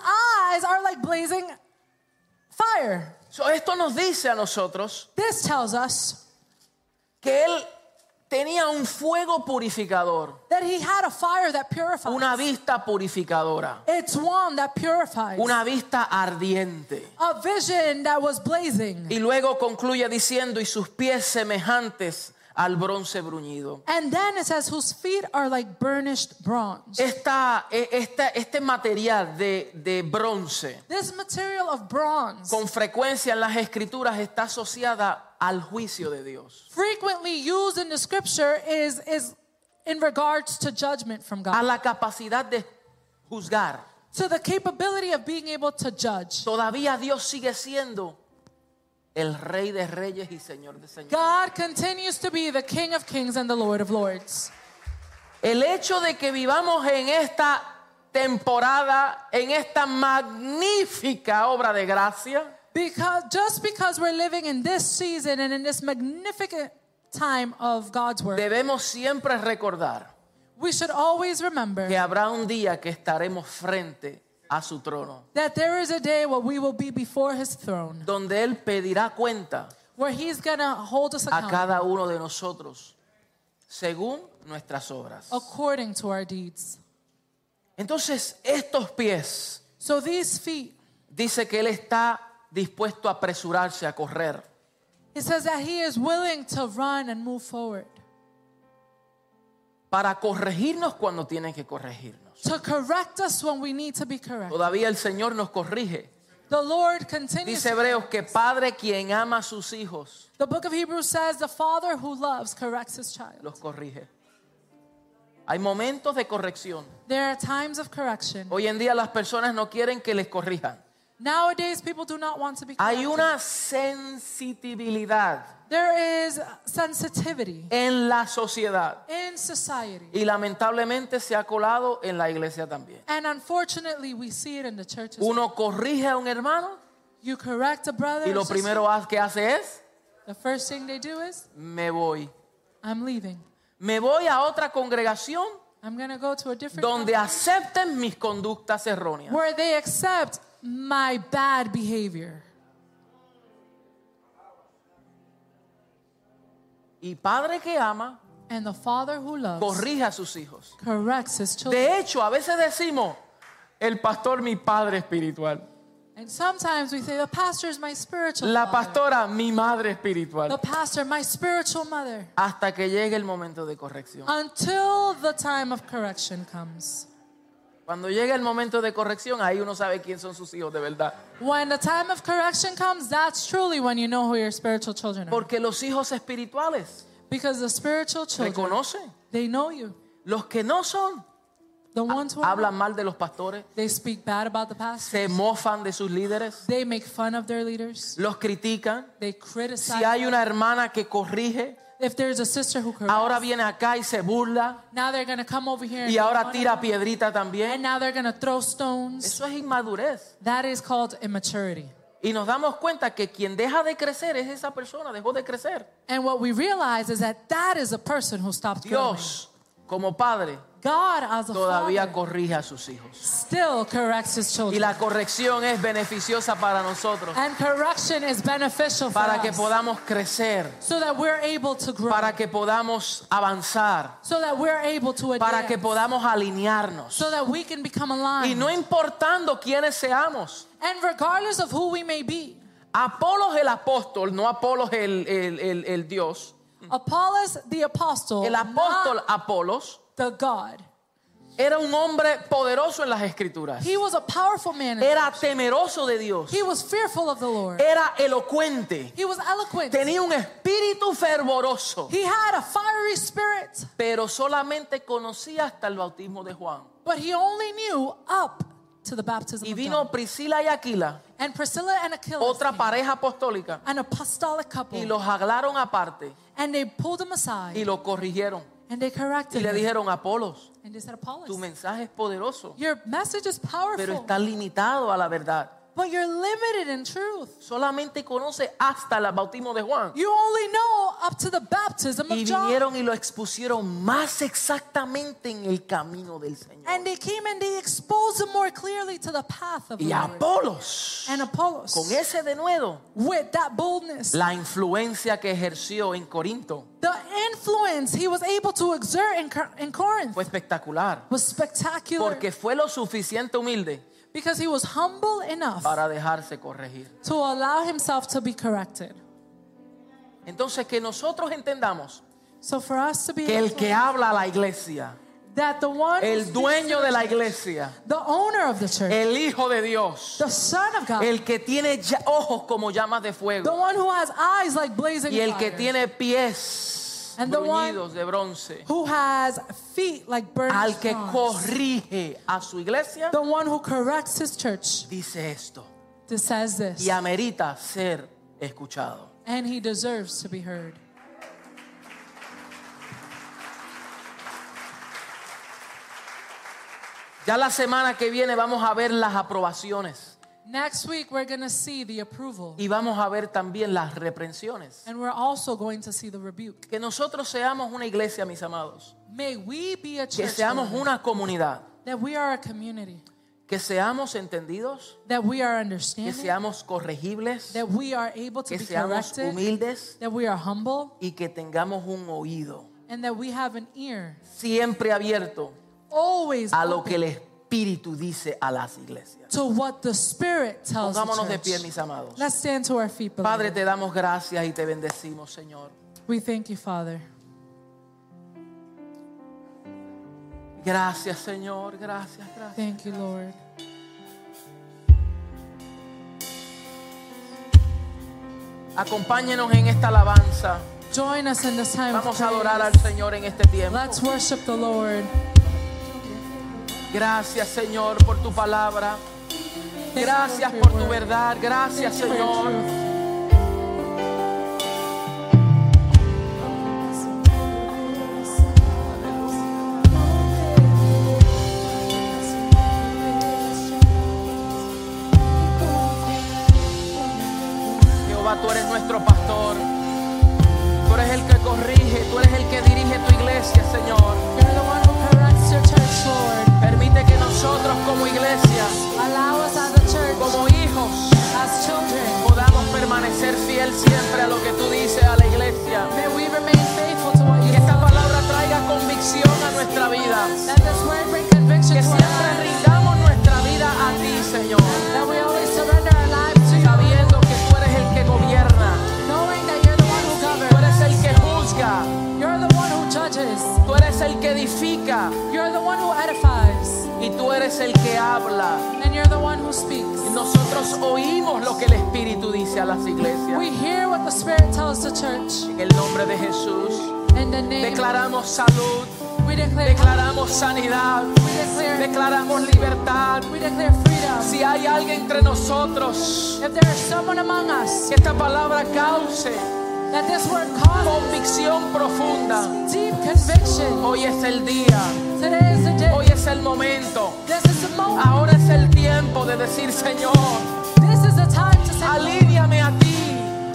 [SPEAKER 2] eyes are like blazing fire.
[SPEAKER 1] So, esto nos dice a nosotros
[SPEAKER 2] This tells us
[SPEAKER 1] que él tenía un fuego purificador,
[SPEAKER 2] that he had a fire that purifies.
[SPEAKER 1] una vista purificadora,
[SPEAKER 2] It's one that purifies.
[SPEAKER 1] una vista ardiente.
[SPEAKER 2] a vision that was blazing.
[SPEAKER 1] Y luego concluye diciendo, y sus pies semejantes al bronce bruñido.
[SPEAKER 2] And then it says, whose feet are like burnished bronze.
[SPEAKER 1] Esta- e- esta- este material de- de bronce
[SPEAKER 2] This material of bronze
[SPEAKER 1] con frecuencia en las escrituras está asociada al juicio de Dios,
[SPEAKER 2] frequently used in the scripture is, is in regards to judgment from
[SPEAKER 1] a
[SPEAKER 2] God,
[SPEAKER 1] la capacidad de juzgar.
[SPEAKER 2] to the capability of being able to judge.
[SPEAKER 1] Todavía Dios sigue siendo el rey de reyes y señor de señores.
[SPEAKER 2] God continues to be the King of kings and the Lord of lords.
[SPEAKER 1] El hecho de que vivamos en esta temporada, en esta magnífica obra de gracia,
[SPEAKER 2] Because just because we're living in this season and in this magnificent time of God's work,
[SPEAKER 1] debemos siempre recordar
[SPEAKER 2] we should always remember
[SPEAKER 1] que habrá un día que estaremos frente a su trono,
[SPEAKER 2] that there is a day where we will be before his throne,
[SPEAKER 1] donde Él pedirá cuenta
[SPEAKER 2] where he's going to hold us
[SPEAKER 1] a
[SPEAKER 2] accountable
[SPEAKER 1] cada uno de nosotros según nuestras obras.
[SPEAKER 2] according to our deeds.
[SPEAKER 1] Entonces, estos pies,
[SPEAKER 2] So these feet,
[SPEAKER 1] dice que él está dispuesto a apresurarse, a correr.
[SPEAKER 2] it says that he is willing to run and move forward,
[SPEAKER 1] Para corregirnos cuando tiene que corregirnos.
[SPEAKER 2] to correct us when we need to be correct.
[SPEAKER 1] Todavía el Señor nos corrige.
[SPEAKER 2] The Lord continues.
[SPEAKER 1] Dice Hebreos que Padre quien ama a sus hijos
[SPEAKER 2] The book of Hebrews says the father who loves corrects his child.
[SPEAKER 1] los corrige. Hay momentos de corrección.
[SPEAKER 2] There are times of correction.
[SPEAKER 1] Hoy en día las personas no quieren que les corrijan.
[SPEAKER 2] Nowadays, people do not want to be
[SPEAKER 1] Hay
[SPEAKER 2] corrected.
[SPEAKER 1] una sensibilidad
[SPEAKER 2] There is sensitivity
[SPEAKER 1] en la sociedad.
[SPEAKER 2] in society.
[SPEAKER 1] Y lamentablemente se ha colado en la iglesia también.
[SPEAKER 2] And unfortunately, we see it in the churches.
[SPEAKER 1] Uno corrige a un hermano
[SPEAKER 2] You correct a
[SPEAKER 1] y
[SPEAKER 2] brother or
[SPEAKER 1] lo
[SPEAKER 2] sister,
[SPEAKER 1] primero ha- que hace es
[SPEAKER 2] The first thing they do is,
[SPEAKER 1] me voy.
[SPEAKER 2] I'm leaving.
[SPEAKER 1] Me voy a otra congregación
[SPEAKER 2] I'm going to go to a different
[SPEAKER 1] donde
[SPEAKER 2] company
[SPEAKER 1] acepten mis conductas erróneas.
[SPEAKER 2] where they accept my bad behavior.
[SPEAKER 1] Y padre que ama,
[SPEAKER 2] And the father who loves
[SPEAKER 1] corrige a sus hijos.
[SPEAKER 2] corrects his children.
[SPEAKER 1] De hecho, a veces decimos, el pastor mi padre espiritual,
[SPEAKER 2] and sometimes we say, the pastor is my spiritual
[SPEAKER 1] la
[SPEAKER 2] father.
[SPEAKER 1] pastora mi madre
[SPEAKER 2] the
[SPEAKER 1] espiritual,
[SPEAKER 2] pastor, my spiritual mother,
[SPEAKER 1] hasta que llegue el momento de
[SPEAKER 2] Ah.
[SPEAKER 1] corrección.
[SPEAKER 2] until the time of correction comes.
[SPEAKER 1] Cuando llega el momento de corrección, ahí uno sabe quién son sus hijos de verdad.
[SPEAKER 2] When the time of correction comes, that's truly when you know who your spiritual children are.
[SPEAKER 1] Porque los hijos espirituales
[SPEAKER 2] Because the spiritual children,
[SPEAKER 1] reconocen.
[SPEAKER 2] they know you.
[SPEAKER 1] Los que no son,
[SPEAKER 2] The ones who are,
[SPEAKER 1] hablan mal de los pastores,
[SPEAKER 2] they speak bad about the pastor.
[SPEAKER 1] se mofan de sus líderes,
[SPEAKER 2] They make fun of their leaders.
[SPEAKER 1] los critican.
[SPEAKER 2] They
[SPEAKER 1] Si
[SPEAKER 2] criticize.
[SPEAKER 1] hay una hermana que corrige,
[SPEAKER 2] If there's a sister who corrects,
[SPEAKER 1] ahora viene acá y se burla
[SPEAKER 2] now they're going to come over here and,
[SPEAKER 1] y ahora
[SPEAKER 2] make fun
[SPEAKER 1] tira
[SPEAKER 2] of them.
[SPEAKER 1] piedrita también.
[SPEAKER 2] and now they're going to throw stones.
[SPEAKER 1] Eso es inmadurez.
[SPEAKER 2] That is called immaturity.
[SPEAKER 1] Y nos damos cuenta que quien deja de crecer es esa persona, dejó de crecer.
[SPEAKER 2] And what we realize is that that is a person who stopped growing.
[SPEAKER 1] Dios, como padre,
[SPEAKER 2] God as a
[SPEAKER 1] todavía
[SPEAKER 2] father
[SPEAKER 1] corrige a sus hijos.
[SPEAKER 2] still corrects his
[SPEAKER 1] Y
[SPEAKER 2] children.
[SPEAKER 1] la corrección es beneficiosa para nosotros,
[SPEAKER 2] And correction is beneficial for
[SPEAKER 1] para que
[SPEAKER 2] us.
[SPEAKER 1] podamos crecer,
[SPEAKER 2] so that we're able to grow.
[SPEAKER 1] para que podamos avanzar,
[SPEAKER 2] so that we're able to advance.
[SPEAKER 1] para que podamos alinearnos.
[SPEAKER 2] so that we can become aligned.
[SPEAKER 1] Y no importando quiénes seamos,
[SPEAKER 2] and regardless of who we may be,
[SPEAKER 1] Apolos el apóstol, no Apolos el, el- el- el Dios,
[SPEAKER 2] Apollos the apostle,
[SPEAKER 1] el apóstol
[SPEAKER 2] not
[SPEAKER 1] Apolos
[SPEAKER 2] the God,
[SPEAKER 1] era un hombre poderoso en las escrituras,
[SPEAKER 2] he was a powerful man.
[SPEAKER 1] era temeroso de Dios.
[SPEAKER 2] he was fearful of the Lord.
[SPEAKER 1] era elocuente,
[SPEAKER 2] he was eloquent.
[SPEAKER 1] tenía un espíritu fervoroso,
[SPEAKER 2] he had a fiery spirit,
[SPEAKER 1] pero solamente conocía hasta el bautismo de Juan.
[SPEAKER 2] but he only knew up to the baptism
[SPEAKER 1] Y
[SPEAKER 2] of
[SPEAKER 1] vino
[SPEAKER 2] John.
[SPEAKER 1] Priscila y Aquila,
[SPEAKER 2] And Priscilla and Achilles,
[SPEAKER 1] otra pareja apostólica,
[SPEAKER 2] an apostolic couple,
[SPEAKER 1] y los hablaron aparte
[SPEAKER 2] and they pulled him aside
[SPEAKER 1] y lo corrigieron.
[SPEAKER 2] and they
[SPEAKER 1] Y
[SPEAKER 2] corrected
[SPEAKER 1] le
[SPEAKER 2] him.
[SPEAKER 1] dijeron, Apolos,
[SPEAKER 2] And they said,
[SPEAKER 1] tu
[SPEAKER 2] Apollos,
[SPEAKER 1] mensaje es poderoso,
[SPEAKER 2] your message is
[SPEAKER 1] pero
[SPEAKER 2] powerful,
[SPEAKER 1] está limitado a la verdad.
[SPEAKER 2] but you're limited in truth.
[SPEAKER 1] Solamente conoce hasta el bautismo de Juan.
[SPEAKER 2] You only know up to the baptism of
[SPEAKER 1] Y
[SPEAKER 2] John.
[SPEAKER 1] vinieron y lo expusieron más exactamente en el camino del Señor.
[SPEAKER 2] And they came and they exposed him more clearly to the path of the
[SPEAKER 1] Y
[SPEAKER 2] Lord.
[SPEAKER 1] Apolos.
[SPEAKER 2] And Apollos,
[SPEAKER 1] con ese denuedo
[SPEAKER 2] with that boldness,
[SPEAKER 1] la influencia que ejerció en Corinto
[SPEAKER 2] the influence he was able to exert in, Cor- in Corinth
[SPEAKER 1] fue espectacular
[SPEAKER 2] was spectacular
[SPEAKER 1] porque fue lo suficiente humilde
[SPEAKER 2] because he was humble enough
[SPEAKER 1] para dejarse corregir.
[SPEAKER 2] to allow himself to be corrected.
[SPEAKER 1] Entonces que nosotros entendamos
[SPEAKER 2] So for us to be
[SPEAKER 1] que
[SPEAKER 2] able
[SPEAKER 1] el
[SPEAKER 2] to-
[SPEAKER 1] que habla a la iglesia,
[SPEAKER 2] that the one who
[SPEAKER 1] el
[SPEAKER 2] speaks to
[SPEAKER 1] dueño
[SPEAKER 2] the
[SPEAKER 1] de la
[SPEAKER 2] church,
[SPEAKER 1] iglesia,
[SPEAKER 2] the owner of the church,
[SPEAKER 1] el hijo de Dios,
[SPEAKER 2] the son of God,
[SPEAKER 1] el que tiene ya- ojos como llamas de
[SPEAKER 2] the
[SPEAKER 1] fuego
[SPEAKER 2] one who has eyes like blazing
[SPEAKER 1] y el que
[SPEAKER 2] fire,
[SPEAKER 1] tiene pies
[SPEAKER 2] And the one-
[SPEAKER 1] bruñidos de bronce,
[SPEAKER 2] who has feet like burning
[SPEAKER 1] al que
[SPEAKER 2] bronze,
[SPEAKER 1] corrige a su iglesia,
[SPEAKER 2] the one who corrects his church,
[SPEAKER 1] dice esto.
[SPEAKER 2] that says this,
[SPEAKER 1] y amerita ser escuchado.
[SPEAKER 2] and he deserves to be heard.
[SPEAKER 1] Ya la semana que viene vamos a ver las aprobaciones
[SPEAKER 2] Next week we're going to see the approval,
[SPEAKER 1] y vamos a ver también las reprensiones.
[SPEAKER 2] and we're also going to see the rebuke.
[SPEAKER 1] Que nosotros seamos una iglesia, mis amados,
[SPEAKER 2] May we be a
[SPEAKER 1] que
[SPEAKER 2] church
[SPEAKER 1] seamos
[SPEAKER 2] Lord,
[SPEAKER 1] una comunidad,
[SPEAKER 2] that we are a community,
[SPEAKER 1] que seamos entendidos,
[SPEAKER 2] that we are
[SPEAKER 1] que
[SPEAKER 2] understanding,
[SPEAKER 1] seamos corregibles,
[SPEAKER 2] that we are able to
[SPEAKER 1] que
[SPEAKER 2] be
[SPEAKER 1] seamos
[SPEAKER 2] corrected,
[SPEAKER 1] humildes
[SPEAKER 2] that we are humble,
[SPEAKER 1] y que tengamos un oído
[SPEAKER 2] and that we have an ear
[SPEAKER 1] siempre abierto
[SPEAKER 2] always
[SPEAKER 1] a lo
[SPEAKER 2] open
[SPEAKER 1] que el Espíritu dice a las iglesias.
[SPEAKER 2] to what the Spirit tells the
[SPEAKER 1] Pongámonos de pie,
[SPEAKER 2] church.
[SPEAKER 1] mis amados.
[SPEAKER 2] Let's stand to our feet, beloved.
[SPEAKER 1] Padre, te damos gracias y te bendecimos, Señor.
[SPEAKER 2] we thank you, Father.
[SPEAKER 1] Gracias, Señor. Gracias, gracias.
[SPEAKER 2] Thank you, Lord.
[SPEAKER 1] Acompáñenos en esta alabanza.
[SPEAKER 2] Join us in this time
[SPEAKER 1] Vamos
[SPEAKER 2] of
[SPEAKER 1] a adorar al
[SPEAKER 2] praise.
[SPEAKER 1] Señor en este tiempo.
[SPEAKER 2] Let's worship the Lord.
[SPEAKER 1] Gracias, Señor, por tu palabra.
[SPEAKER 2] Thank you, Lord,
[SPEAKER 1] Gracias
[SPEAKER 2] for your
[SPEAKER 1] por tu
[SPEAKER 2] word.
[SPEAKER 1] verdad. Gracias,
[SPEAKER 2] Thank you for your
[SPEAKER 1] Señor.
[SPEAKER 2] truth.
[SPEAKER 1] Jehová, tú eres nuestro pastor. Tú eres el que corrige, tú eres el que dirige tu iglesia, Señor.
[SPEAKER 2] You're the one who corrects your church, Lord.
[SPEAKER 1] Permite que nosotros como iglesia,
[SPEAKER 2] Allow us as a church,
[SPEAKER 1] como hijos,
[SPEAKER 2] as children,
[SPEAKER 1] podamos permanecer fiel siempre a lo que tú dices a la iglesia.
[SPEAKER 2] that we remain faithful to what
[SPEAKER 1] Que
[SPEAKER 2] you
[SPEAKER 1] esta
[SPEAKER 2] said.
[SPEAKER 1] palabra traiga convicción a nuestra vida.
[SPEAKER 2] That this word bring conviction
[SPEAKER 1] Que
[SPEAKER 2] to our
[SPEAKER 1] siempre
[SPEAKER 2] lives.
[SPEAKER 1] rindamos nuestra vida a ti, Señor.
[SPEAKER 2] That we always surrender our lives to you,
[SPEAKER 1] Sabiendo que tú eres el que gobierna,
[SPEAKER 2] knowing that you're the one who
[SPEAKER 1] tú eres
[SPEAKER 2] governs.
[SPEAKER 1] el que juzga,
[SPEAKER 2] You're the one who judges.
[SPEAKER 1] tú eres el que edifica
[SPEAKER 2] You're the one who edifies.
[SPEAKER 1] y tú eres el que habla.
[SPEAKER 2] And you're the one who speaks.
[SPEAKER 1] Y nosotros oímos lo que el Espíritu dice a las iglesias.
[SPEAKER 2] We hear what the Spirit tells the church.
[SPEAKER 1] En el nombre de Jesús.
[SPEAKER 2] In the name,
[SPEAKER 1] Declaramos salud,
[SPEAKER 2] we declare health.
[SPEAKER 1] declaramos sanidad,
[SPEAKER 2] We declare,
[SPEAKER 1] declaramos libertad.
[SPEAKER 2] we declare freedom.
[SPEAKER 1] Si hay alguien entre nosotros
[SPEAKER 2] If there is someone among us
[SPEAKER 1] que esta palabra cause
[SPEAKER 2] that this word causes
[SPEAKER 1] convicción profunda,
[SPEAKER 2] deep conviction,
[SPEAKER 1] hoy es el día,
[SPEAKER 2] today is the
[SPEAKER 1] hoy
[SPEAKER 2] day.
[SPEAKER 1] es el momento,
[SPEAKER 2] This is the moment.
[SPEAKER 1] ahora es el tiempo de decir Señor,
[SPEAKER 2] This is the time to say,
[SPEAKER 1] alíneame a ti,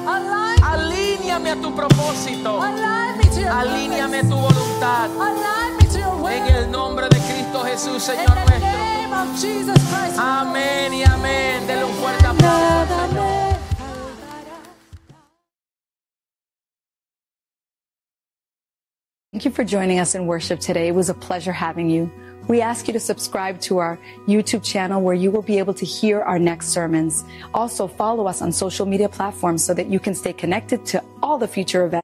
[SPEAKER 2] align,
[SPEAKER 1] alíneame a tu propósito,
[SPEAKER 2] align me to your purpose.
[SPEAKER 1] alíneame tu voluntad.
[SPEAKER 2] Align me to your
[SPEAKER 1] En
[SPEAKER 2] will.
[SPEAKER 1] el nombre de Cristo Jesús,
[SPEAKER 2] In
[SPEAKER 1] Señor
[SPEAKER 2] the
[SPEAKER 1] nuestro.
[SPEAKER 2] name of Jesus Christ.
[SPEAKER 1] Amén y amén. Denle un fuerte aplauso. al Señor.
[SPEAKER 3] Thank you for joining us in worship today. It was a pleasure having you. We ask you to subscribe to our YouTube channel where you will be able to hear our next sermons. Also, follow us on social media platforms so that you can stay connected to all the future events.